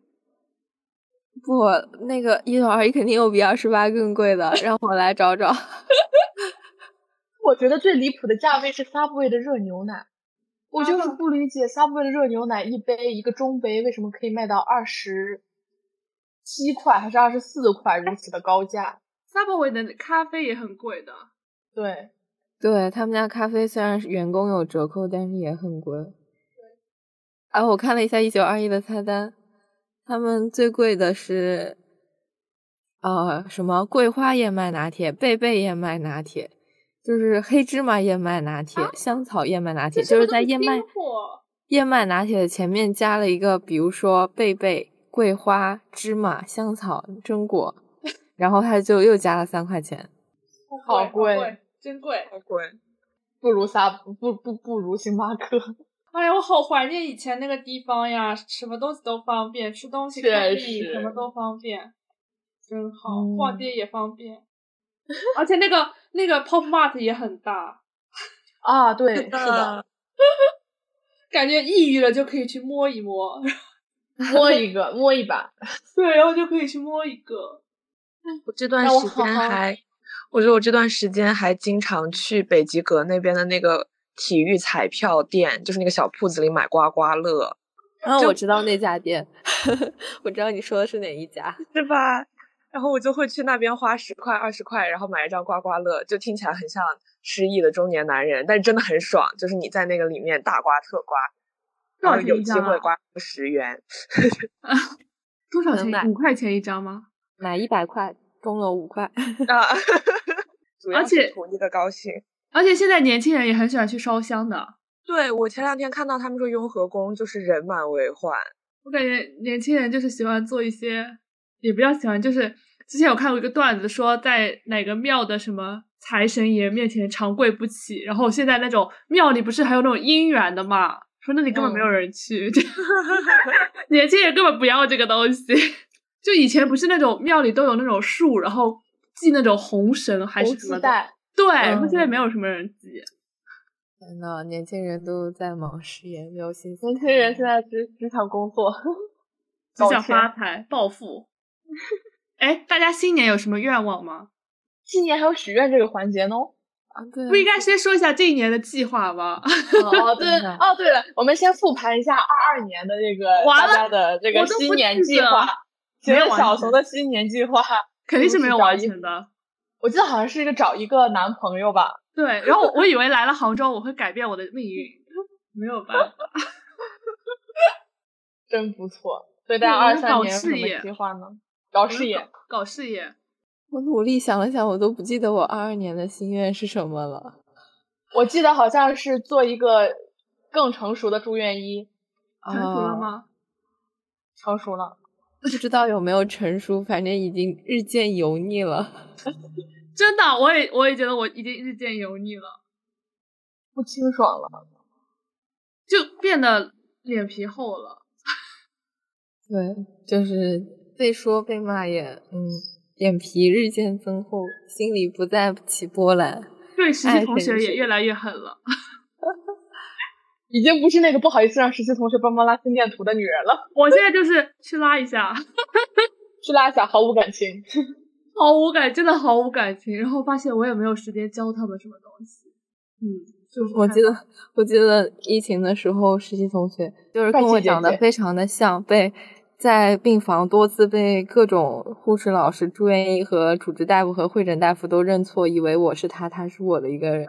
S4: 不，那个一九二一肯定有比二十八更贵的，让我来找找。
S3: 我觉得最离谱的价位是 Subway 的热牛奶，我就是
S2: 嗯
S3: 不理解 Subway 的热牛奶一杯一个中杯为什么可以卖到二十七块还是二十四块如此的高价？
S2: Subway 的咖啡也很贵的，
S3: 对，
S4: 对他们家咖啡虽然是员工有折扣，但是也很贵。啊，我看了一下一九二一的菜单，他们最贵的是，呃，什么桂花燕麦拿铁、贝贝燕麦拿铁，就是黑芝麻燕麦拿铁、香草燕麦拿铁，
S2: 这
S4: 就
S2: 不
S4: 是
S2: 都
S4: 在燕麦
S2: 进货
S4: 燕麦拿铁的前面加了一个，比如说贝贝、桂花、芝麻、香草、榛果，然后他就又加了三块钱。
S3: 好
S2: 贵，
S3: 贵
S2: 好，真贵。
S1: 好贵。
S3: 不如 Sub 不不不如星巴克。
S2: 哎呀，我好怀念以前那个地方呀，什么东西都方便，吃东西、
S3: 确
S2: 看电影什
S3: 实
S2: 么都方便，真好，
S3: 嗯
S2: 逛街也方便， [LAUGHS] 而且那个那个 Pop Mart 也很大，
S3: 啊，对，是的，
S1: 啊，
S2: 感觉抑郁了就可以去摸一摸， [LAUGHS] 嗯
S3: 摸一个，摸一把，
S2: 对，然后就可以去摸一个。
S1: 我这段
S3: 让我
S1: 时
S3: 好
S1: 间
S3: 好
S1: 还，我说我这段时间还经常去北极阁那边的那个体育彩票店，就是那个小铺子里买刮刮乐，
S4: 然啊后我知道那家店， [LAUGHS] 我知道你说的是哪一家。
S1: 是吧？然后我就会去那边花十块、二十块，然后买一张刮刮乐，就听起来很像失忆的中年男人，但是真的很爽，就是你在那个里面大刮特刮，然
S2: 多少
S1: 后
S2: 钱
S1: 有
S2: 一
S1: 机
S2: 张
S1: 会
S2: 啊
S1: 刮十元。
S2: 多少
S4: 能买
S2: 钱？五块钱一张吗？
S4: 买一百块，中了五块。
S1: [LAUGHS] 啊，主
S2: 而
S1: 要是
S2: 且
S1: 图那个高兴。
S2: 而且现在年轻人也很喜欢去烧香的，
S1: 对我前两天看到他们说雍和宫就是人满为患，
S2: 我感觉年轻人就是喜欢做一些，也不叫喜欢，就是之前有看过一个段子，说在哪个庙的什么财神爷面前长跪不起，然后现在那种庙里不是还有那种姻缘的嘛，说那里根本没有人去， [LAUGHS] 这年轻人根本不要这个东西。 [LAUGHS] 就以前不是那种庙里都有那种树，然后系那种红绳还是
S3: 红
S2: 什
S3: 丝
S2: 么的，
S3: 带。
S2: 对，
S4: 嗯
S2: 说现在没有什么人系。
S4: 天呐，年轻人都在忙事业，没有心思谈
S3: 年
S4: 恋爱。
S3: 轻人现在只只想工作，
S2: 只
S3: 搞
S2: 想
S3: 钱
S2: 发财暴富。哎，大家新年有什么愿望吗？
S3: 今年还有许愿这个环节呢。哦，
S4: 啊，对啊，
S2: 不应该先说一下这一年的计划吗？
S3: 哦对，
S4: 真的
S3: 哦对了，我们先复盘一下二二年的这个
S2: 完
S3: 大
S2: 了
S3: 家的这
S2: 我
S3: 个
S2: 都不
S3: 新年
S2: 记
S3: 计
S2: 得
S3: 划。请
S2: 没有
S3: 问
S2: 完
S3: 小
S2: 成
S3: 熊的新年计划，
S2: [LAUGHS] 肯定是没有完
S3: 就是找
S2: 成的。
S3: 我记得好像是一个找一个男朋友吧，
S2: 对，然后我以为来了杭州我会改变我的命运， [LAUGHS] 没有办法。
S3: 真不错。所以大家
S2: 嗯
S3: 二
S2: 那
S3: 三
S2: 搞
S3: 年有什
S2: 事业
S3: 么计划呢？搞事业，
S2: 搞事业，
S4: 我努力想了想，我都不记得我二二年的心愿是什么了。
S3: 我记得好像是做一个更成熟的住院医，
S2: 成熟了
S4: 啊
S2: 吗？
S3: 成熟了。
S4: 不知道有没有成熟，反正已经日渐油腻了。
S2: 真的，我也我也觉得我已经日渐油腻了，
S3: 不清爽了，
S2: 就变得脸皮厚了。
S4: 对，就是被说被骂也，嗯，眼皮日渐增厚，心里不再起波澜。
S2: 对实习
S4: 哎
S2: 同
S4: 真
S2: 学
S4: 是
S2: 也越来越狠了。
S3: 已经不是那个不好意思让实习同学帮忙拉心电图的女人了，
S2: 我现在就是去拉一下，
S3: 是拉萨毫无感情。 [LAUGHS]
S2: 毫无感，真的毫无感情。然后发现我也没有时间教他们什么东西。嗯，就是
S4: [LAUGHS] 我
S2: 看
S4: 记得，我记得疫情的时候，实习同学就是跟
S3: 帅气
S4: 我
S3: 姐
S4: 长得
S3: 姐
S4: 非常的像，被在病房多次被各种护士老师、住院医和主治大夫和会诊大夫都认错，以为我是他，他是我的一个人。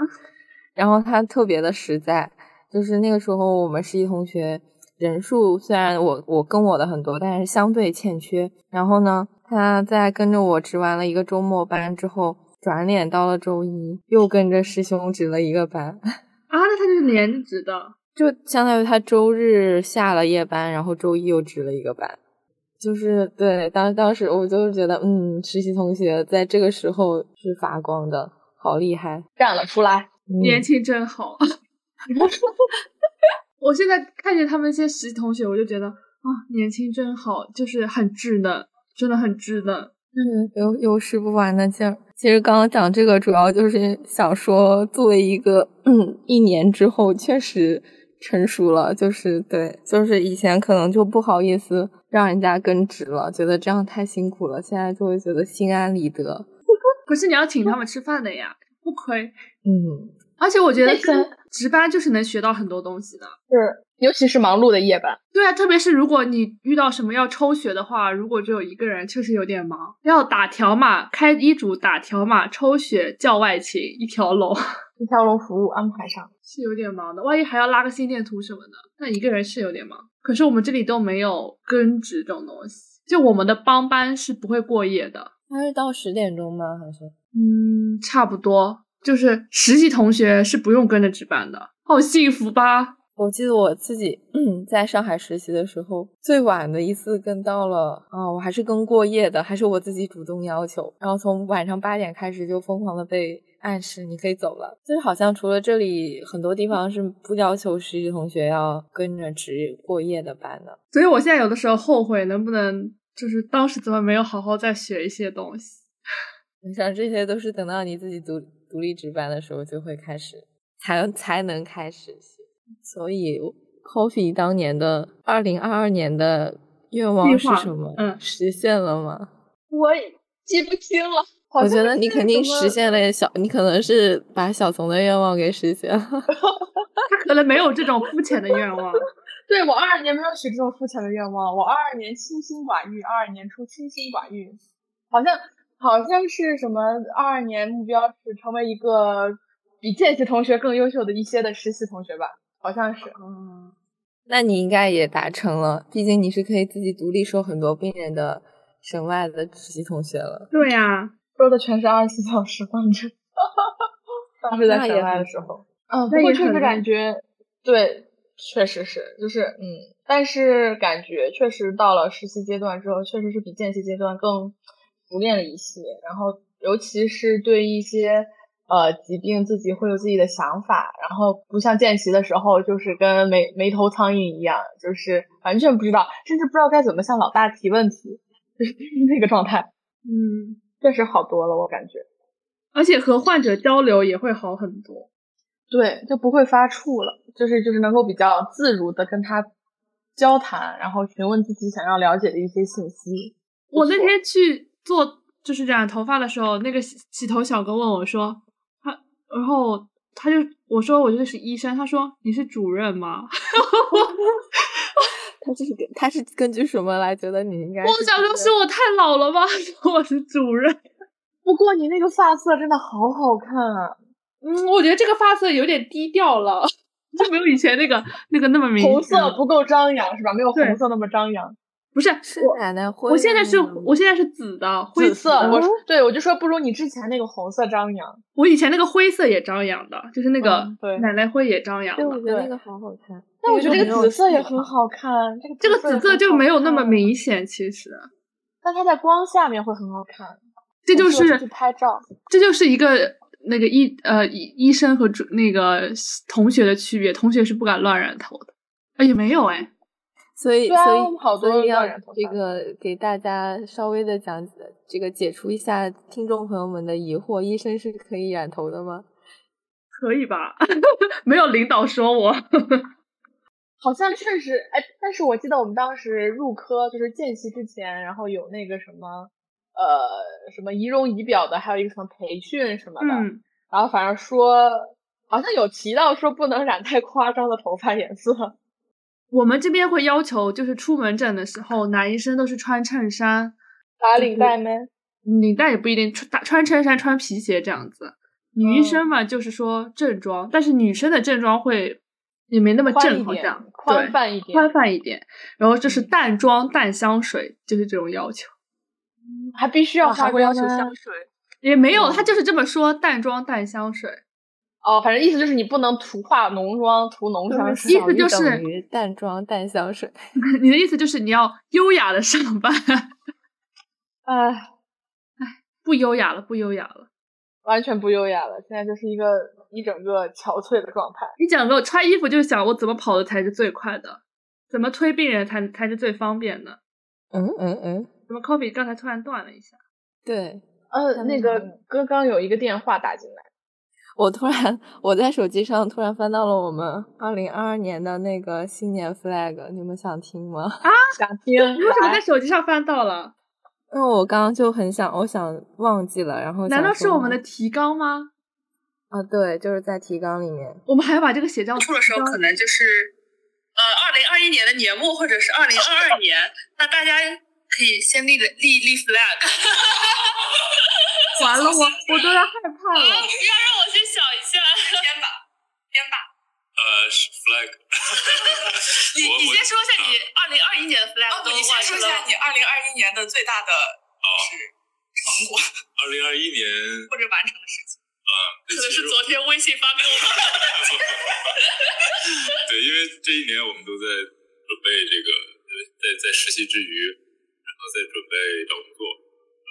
S4: 然后他特别的实在，就是那个时候我们实习同学人数虽然我我跟我的很多，但是相对欠缺。然后呢，他在跟着我值完了一个周末班之后，转脸到了周一又跟着师兄值了一个班。
S2: 啊，那他就是连职的，
S4: 就相当于他周日下了夜班，然后周一又值了一个班，就是对当当时我就是觉得，嗯，实习同学在这个时候是发光的，好厉害，
S3: 站了出来，
S4: 嗯、
S2: 年轻真好。 [LAUGHS] 我现在看见他们一些实习同学，我就觉得啊，年轻真好，就是很稚嫩，真的很稚嫩。
S4: 嗯有有使不完的劲儿。其实刚刚讲这个，主要就是想说，作为一个嗯一年之后，确实成熟了，就是对，就是以前可能就不好意思让人家跟职了，觉得这样太辛苦了，现在就会觉得心安理得。
S2: 可是你要请他们吃饭的呀，不亏。
S4: 嗯，
S2: 而且我觉
S4: [LAUGHS]
S2: 得
S3: 那个
S2: 跟值班就是能学到很多东西的。
S3: 是尤其是忙碌的夜班，
S2: 对啊，特别是如果你遇到什么要抽血的话，如果只有一个人，确实有点忙。要打条码、开医嘱、打条码、抽血、叫外勤，一条龙
S3: 一条龙服务安排上。
S2: 是有点忙的。万一还要拉个心电图什么的，那一个人是有点忙。可是我们这里都没有跟值这种东西，就我们的帮班是不会过夜的。
S4: 他是到十点钟吗？还是？
S2: 嗯，差不多，就是实习同学是不用跟着值班的，好幸福吧？
S4: 我记得我自己嗯在上海实习的时候，最晚的一次跟到了啊、我还是跟过夜的，还是我自己主动要求，然后从晚上八点开始就疯狂的被暗示你可以走了。就是好像除了这里，很多地方是不要求实习同学要跟着值过夜的班的。
S2: 所以我现在有的时候后悔，能不能就是当时怎么没有好好再学一些东西？
S4: 没事儿，这些都是等到你自己独独立值班的时候就会开始，才才能开始学。所以，Coffee 当年的二零二二年的愿望
S2: 计
S4: 是
S2: 划
S4: 什么？
S2: 嗯
S4: 实现了吗？
S3: 我记不清了，
S4: [LAUGHS]
S3: 好
S4: 我
S3: 像
S4: 觉得你
S3: 是
S4: 肯定
S3: 什么
S4: 实现了小，你可能是把小怂的愿望给实现了。 [LAUGHS]
S2: 他可能没有这种肤浅的愿望。
S3: 对我二二年没有许这种肤浅的愿望，我二二年清心寡欲，二二年初清心寡欲，好像好像是什么二二年目标是成为一个比见习同学更优秀的一些的实习同学吧，好像是。
S2: 嗯，
S4: 那你应该也达成了，毕竟你是可以自己独立收很多病人的省外的实习同学了。
S2: 对呀、
S3: 说的全是二十四小时患者。 [LAUGHS] 当时在
S4: 那
S3: 省
S4: 也
S3: 外的
S4: 很
S3: 时候，嗯，不
S2: 那
S3: 过
S2: 也
S3: 确
S2: 很
S3: 实感
S2: 累
S3: 觉，对，确实是，就是嗯，但是感觉确实到了实习阶段之后，确实是比见习阶段更熟练了一些，然后尤其是对一些。呃，疾病自己会有自己的想法，然后不像见习的时候，就是跟没没头苍蝇一样，就是完全不知道，甚至不知道该怎么向老大提问题，就是 [LAUGHS] 那个状态，
S2: 嗯，
S3: 确实好多了，我感觉。
S2: 而且和患者交流也会好很多。
S3: 对，就不会发怵了，就是就是能够比较自如的跟他交谈，然后询问自己想要了解的一些信息。不
S2: 我那
S3: 错
S2: 天去做就是染头发的时候，那个洗洗头小哥问我说，他然后他就我说我就是医生，他说你是主任吗？ [LAUGHS]
S4: 他这是根他是根据什么来觉得你应该？
S2: 我想说是我太老 [LAUGHS] 了吧，我是主任。
S3: 不过你那个发色真的好好看啊！
S2: 嗯，我觉得这个发色有点低调了， [LAUGHS] 就没有以前那个那个那么明显。嗯
S3: 红色不够张扬是吧？没有
S2: 对
S3: 红色那么张扬。
S2: 不是
S4: 是
S2: 我，
S4: 奶奶灰的那种。
S2: 我现在是我现在是紫的，灰嗯
S3: 紫色，我
S2: 我
S3: 说对我就说不如你之前那个红色张扬。
S2: 我以前那个灰色也张扬的，就是那个
S3: 嗯对
S2: 奶奶灰也张扬
S4: 对，我
S2: 的。
S4: 觉得那
S3: 对
S4: 个好好看。
S3: 但我觉得这
S4: 没
S3: 个
S4: 有
S3: 紫色也
S4: 气
S3: 很
S4: 场。
S3: 好看，这个
S2: 这个紫色
S3: 也
S2: 就
S3: 很
S2: 没
S3: 好
S2: 有那么
S3: 看，
S2: 明显，其实
S3: 但它在光下面会很好看。
S2: 这
S3: 很
S2: 就
S3: 适合
S2: 是
S3: 出去拍照。
S2: 这就是一个那个医呃医医生和主那个同学的区别，同学是不敢乱染头的，啊也没有哎，
S4: 所以，
S3: 对啊
S4: 所以
S3: 我们好
S4: 所
S3: 多
S4: 以要
S3: 乱染头
S4: 这
S3: 发
S4: 个给大家稍微的讲解这个解除一下听众朋友们的疑惑：医生是可以染头的吗？
S2: 可以吧？ [LAUGHS] 没有领导说我，
S3: 好像确实，哎，但是我记得我们当时入科就是见习之前，然后有那个什么，呃，什么仪容仪表的，还有一个什么培训什么的，
S2: 嗯，
S3: 然后反正说好像有提到说不能染太夸张的头发颜色。
S2: 我们这边会要求就是出门诊的时候，男医生都是穿衬衫，
S3: 打领带没？
S2: 领带也不一定穿打穿衬衫穿皮鞋这样子。女
S3: 嗯
S2: 医生嘛，就是说正装，但是女生的正装会也没那么
S3: 宽
S2: 正，
S3: 一
S2: 好
S3: 点
S2: 像，
S3: 宽
S2: 对
S3: 泛一点，
S2: 宽泛一点。然后
S4: 嗯
S2: 就是淡妆、淡香水，就是这种要求。
S3: 还必须
S2: 哦
S3: 要
S1: 还
S3: 化
S1: 会要
S3: 妆
S1: 求
S3: 啊
S1: 香水。
S2: 也没有，
S3: 嗯
S4: 哦
S2: 他就是这么说，淡妆、淡香水。 [LAUGHS]
S3: 哦，反正意思就是你不能涂化浓妆、涂浓
S2: 对
S3: 香
S2: 意
S3: 水
S2: 思。
S4: 小于
S2: 就是
S4: 等于淡妆淡香水。
S2: 你的意思就是你要优雅的上班， [LAUGHS]
S3: 哎，
S2: 不优雅了，不优雅了。
S3: 完全不优雅了，现在就是一个一整个憔悴的状态。
S2: 你整个穿衣服就想我怎么跑的才是最快的，怎么推病人才才是最方便的。
S4: 嗯嗯嗯，
S2: 怎么 coffee 刚才突然断了一下？
S4: 对。
S3: 呃，
S4: 他们
S3: 那个
S4: 好
S3: 刚刚有一个电话打进来，
S4: 我突然我在手机上突然翻到了我们二零二二年的那个新年 flag，你们想听吗？ [LAUGHS]
S3: 想听
S2: 你为什么
S4: 哎
S2: 在
S3: 来
S2: 手机上翻到了？
S4: 因为我刚刚就很想，我想忘记了，然后
S2: 难
S4: 想
S2: 道是
S4: 说
S2: 我们的提纲吗？
S4: 啊？对，就是在提纲里面。
S2: 我们还把这个写到
S5: 出的时候，可能就是呃二零二一年的年末或者是二零二二年，那大家可以先立了立立 flag。
S2: 完
S5: [LAUGHS]
S2: 了，我我都要害怕
S5: 啊，
S2: 了。
S5: 要让我去想一下，编吧，编吧。
S6: 呃是，flag，
S5: [LAUGHS] 你
S6: [LAUGHS] 我
S5: 你
S6: 我
S5: 先说一下你二零二一年的 flag 都
S7: 你先
S5: 完
S7: 说
S5: 成
S7: 一下
S5: 了吗。
S7: 你二零二一年的最大的成果，
S6: 二零二一年，
S7: 或者完成的事情。
S6: 那其
S5: 可能是
S6: 实
S5: 昨天微信发给我们的。
S6: [LAUGHS] 对，因为这一年我们都在准备这个，呃在在实习之余，然后在准备找工作，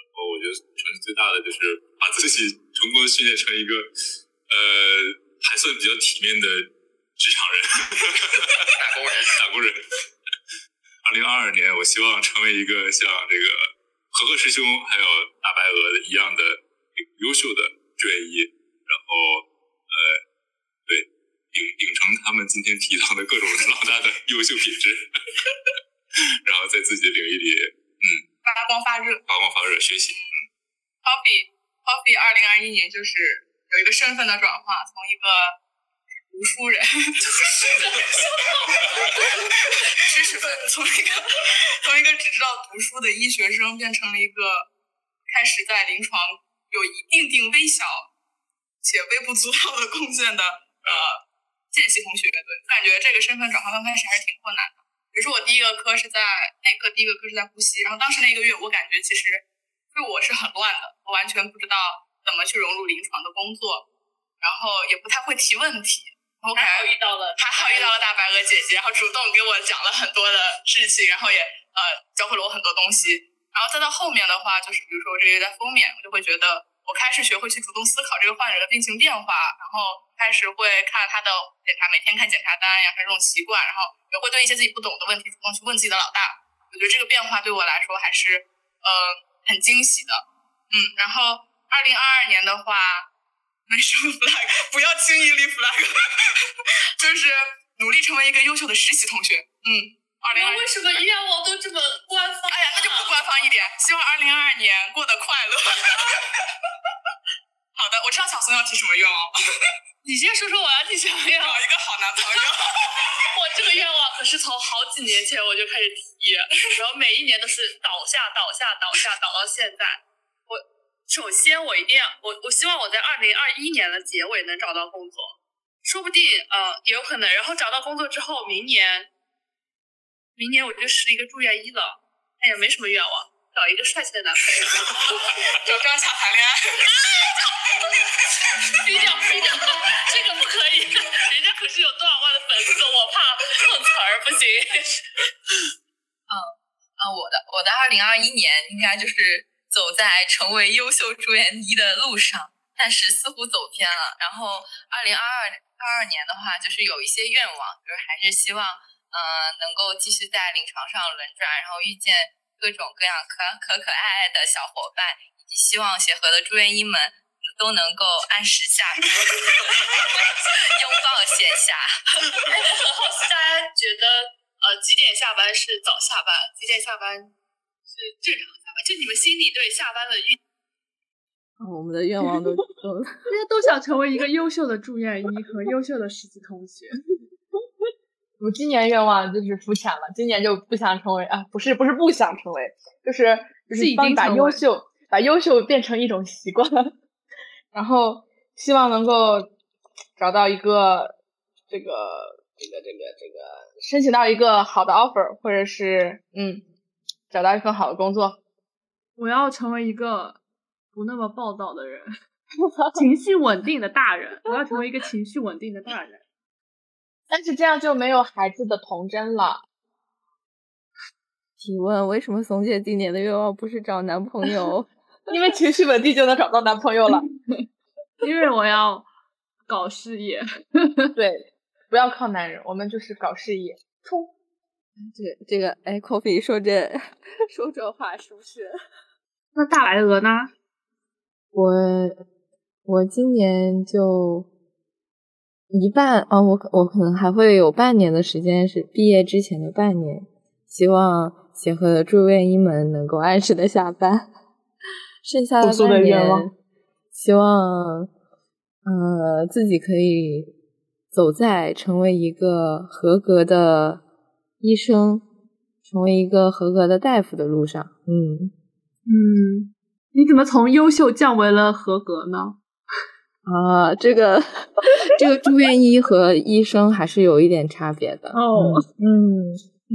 S6: 然后我觉得成绩最大的就是把自己成功的训练成一个呃还算比较体面的职场人， [LAUGHS] 打工人， [LAUGHS] 打工人。二零二二年，我希望成为一个像这个和和师兄还有大白鹅一样的优秀的志愿医，然后呃，对，秉秉承他们今天提到的各种老大的优秀品质， [LAUGHS] 然后在自己的领域里，嗯，
S7: 发光发热
S6: 发光发热学习。
S7: ，Coffee Coffee 二零二一年就是有一个身份的转化，从一个读书人， [LAUGHS] 知识分子，从一个从一个只知道读书的医学生，变成了一个开始在临床有一定定微小且微不足道的贡献的呃见习同学。对，感觉这个身份转化刚开始还是挺困难的。比如说我第一个科是在内科，第一个科是在呼吸，然后当时那一个月，我感觉其实对我是很乱的，我完全不知道怎么去融入临床的工作，然后也不太会提问题。我感
S5: 还好
S7: 觉
S5: 遇到了，
S7: 还好遇到了大白鹅姐姐，然后主动给我讲了很多的事情，然后也呃教会了我很多东西。然后再到后面的话，就是比如说我这个月在封面，我就会觉得我开始学会去主动思考这个患者的病情变化，然后开始会看他的检查，每天看检查单，养成这种习惯，然后也会对一些自己不懂的问题主动去问自己的老大。我觉得这个变化对我来说还是呃很惊喜的，嗯。然后二零二二年的话，没什么 flag，不要轻易立 flag，就是努力成为一个优秀的实习同学，嗯。二零二
S5: 那为什么医院网都这么官方？啊
S7: 哎呀，那就不官方一点，希望二零二二年过得快乐。 [LAUGHS] 好的，我知道小松要提什么愿望了，
S5: 你先说说我要提什么愿
S7: 找
S5: 望。
S7: 一个好男朋友。
S5: [LAUGHS] 我这个愿望可是从好几年前我就开始提，然后每一年都是倒下、倒下、倒下，倒到现在。我
S7: 首先我一定要，我我希望我在二零二一年的结尾能找到工作，说不定呃也有可能。然后找到工作之后，明年，明年我就是一个住院医了。哎呀，没什么愿望，找一个帅气的男朋友， [LAUGHS]
S5: 有张想谈恋爱，
S7: 低调低调，这个不可以，人家可是有多少万的粉丝，我怕碰瓷儿不行。
S5: 啊，我的我的二零二一年应该就是走在成为优秀住院医的路上，但是似乎走偏了。然后二零二二二二年的话，就是有一些愿望，就是还是希望嗯、呃能够继续在临床上轮转，然后遇见各种各样可可可爱爱的小伙伴，以及希望协和的住院医们都能够按时下班，拥抱闲暇。
S7: 好奇大家觉得呃几点下班是早下班，几点下班是正常下班？就你们心里对下班的预
S4: 啊我们的愿
S7: [LAUGHS]
S4: 望都都
S2: 大家都想成为一个优秀的住院医和优秀的实习同学。
S3: 我今年愿望就是肤浅了，今年就不想成为啊，不是不是不想成为，就是就是
S2: 已
S3: 是帮
S2: 经
S3: 把
S2: 成
S3: 优
S2: 为
S3: 秀把优秀变成一种习惯， [LAUGHS] 然后希望能够找到一个这个这个这个这个申请到一个好的 offer，或者是嗯找到一份好的工作。
S2: 我要成为一个不那么暴躁的人，
S5: [LAUGHS]
S2: 情绪稳定的大人。我要成为一个情绪稳定的大人。
S3: 但是这样就没有孩子的童真了。
S4: 提问：为什么怂姐今年的愿望不是找男朋友？ [LAUGHS]
S3: 因为情绪稳定就能找到男朋友了。 [LAUGHS]
S2: 因为我要搞事业。
S3: 对，不要靠男人，我们就是搞事业。冲！
S4: 这这个哎，Coffee 说这 [LAUGHS] 说这话是不是？
S2: 那大白鹅呢？
S4: 我我今年就一半啊、我可我可能还会有半年的时间是毕业之前的半年，希望协和的住院医们能够按时的下班， [LAUGHS] 剩下
S3: 朴
S4: 的
S3: 素的
S4: 半
S3: 愿
S4: 年
S3: 望，
S4: 希望呃自己可以走在成为一个合格的医生，成为一个合格的大夫的路上，嗯。
S2: 嗯，你怎么从优秀降为了合格呢？
S4: 啊，这个这个住院医和医生还是有一点差别的
S2: 哦
S4: 嗯，嗯
S2: 嗯，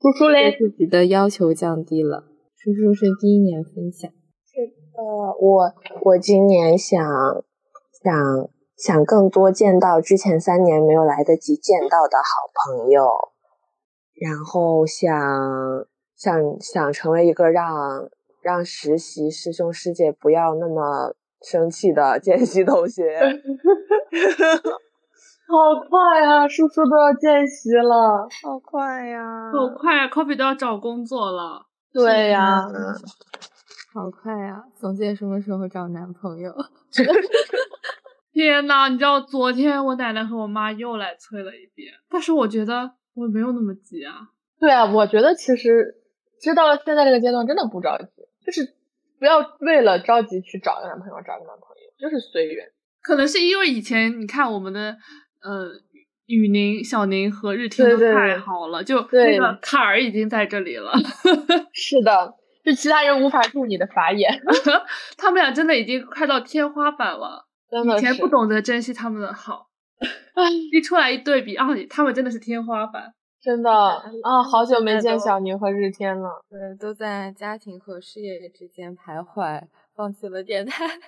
S3: 叔叔
S4: 对
S3: 嘞，
S4: 自己的要求降低了。叔叔是第一年分享，
S1: 呃，我我今年想想想更多见到之前三年没有来得及见到的好朋友，然后想想想成为一个让让实习师兄师姐不要那么生气的见习同学。 [LAUGHS]
S3: 好快啊！叔叔都要见习了。
S1: 好快呀
S2: 我快 Coffee 都要找工作了。
S3: 对呀、
S4: 好快呀、总姐什么时候找男朋友？
S2: 天呐，你知道昨天我奶奶和我妈又来催了一遍，但是我觉得我没有那么急啊。
S3: 对啊，我觉得其实知道了现在这个阶段，真的不着急，就是不要为了着急去找个男朋友，找个男朋友就是随缘。
S2: 可能是因为以前你看我们的呃雨宁、小宁和日天
S3: 对
S2: 都
S3: 对
S2: 太
S3: 对
S2: 好了，就
S3: 对
S2: 那个坎儿已经在这里
S3: [LAUGHS]
S2: 了。 [LAUGHS]
S3: 是的，就其他人无法入你的法眼，
S2: 他们俩真的已经快到天花板了，
S3: 真的
S2: 以
S3: 是。
S2: 前不懂得珍惜他们的
S3: [LAUGHS]
S2: 好，
S3: 唉
S2: 一出来一对比啊，他们真的是天花板。
S3: 真的啊，好久没
S4: 现在
S3: 见
S4: 都
S3: 小宁和日天了。
S4: [LAUGHS] 对，都在家庭和事业之间徘徊，放弃了电台。 [LAUGHS]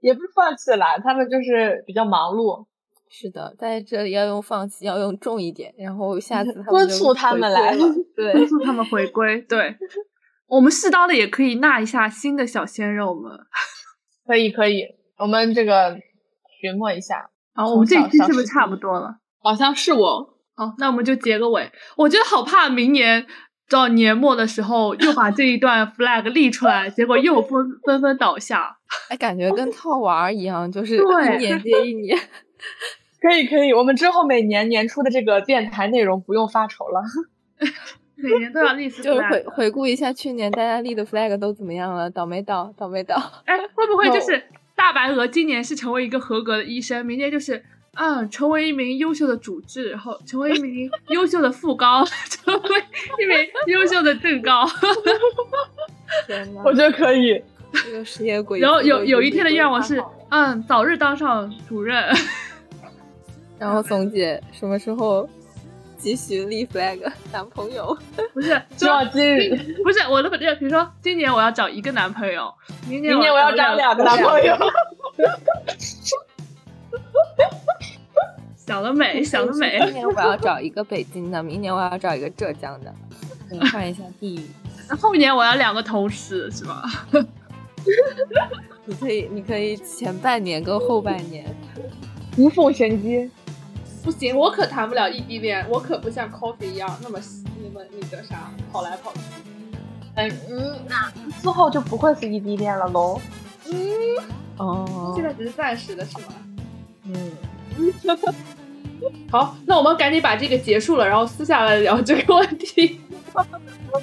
S3: 也不是放弃了，他们就是比较忙碌，
S4: 是的，在这里要用放弃，要用重一点，然后下次他们
S3: 敦
S4: 就
S3: 促他
S4: 回
S3: 们
S4: 归
S3: 来
S4: 了。对，
S2: 祝他们回
S3: [LAUGHS]
S2: 归，对我们适当的也可以纳一下新的小鲜肉们。
S3: 可以可以，我们这个寻摸一下，
S2: 好，我们这一期
S3: 从小
S2: 是不是
S3: 小时
S2: 差不多了？
S3: 好像是我，
S2: 好，那我们就结个尾。我觉得好怕明年到年末的时候又把这一段 flag 立出来，结果又纷纷纷倒下。
S4: 哎，感觉跟套娃儿一样，就是
S2: 对
S4: 一年接一 [LAUGHS] 年。
S3: 可以可以，我们之后每年年初的这个电台内容不用发愁了。
S2: 每年都要
S3: [LAUGHS]
S2: 立一次 flag，
S4: 就是回回顾一下去年大家立的 flag 都怎么样了，倒霉倒，倒霉倒。
S2: 哎，会不会
S8: 哦
S2: 就是大白鹅今年是成为一个合格的医生，明年就是嗯，成为一名优秀的主治，然后成为一名优秀的副高， [LAUGHS]
S8: [LAUGHS]
S2: 成为一名优秀的正高。
S4: 天呐，
S3: 嗯我觉得可以，
S4: 这个实验轨迹
S2: 然后有有一天的愿望
S4: 规
S2: 是
S4: 划好，
S2: 嗯，早日当上主任。 [LAUGHS]
S4: 然后怂姐什么时候继续立 flag 男朋友？
S2: 不是，
S3: 就要今日，
S2: 不是我的本质，比如说今年我要找一个男朋友，明年
S3: 明年我要找两个男朋友。
S2: 想得美， [LAUGHS] 想
S8: [LAUGHS]
S2: 得美。
S4: 今年我要找一个北京的，明年我要找一个浙江的，对换一下地域。
S2: 后年我要两个同时，是吧？
S4: 你可以，你可以前半年跟后半年。
S3: 无缝衔接。
S8: [LAUGHS] 不行，我可谈不了异地恋，我可不像 coffee 一样那么那么那个啥跑来跑去。
S3: 嗯嗯，之后就不会是异地恋了喽。
S4: 哦
S8: 现在只是暂时的，是吗？
S4: 嗯，
S8: [LAUGHS] 好，那我们赶紧把这个结束了，然后私下来聊这个问题。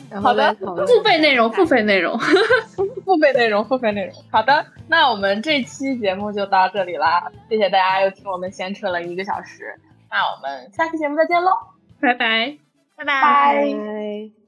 S4: 然后再讨
S2: [LAUGHS]
S4: 论。
S2: 付费内容，付费内容。
S3: 付费内容，付费内容。好的，那我们这期节目就到这里啦，谢谢大家又听我们闲扯了一个小时，那我们下期节目再见喽，
S2: 拜拜。
S3: 拜拜。
S4: 拜。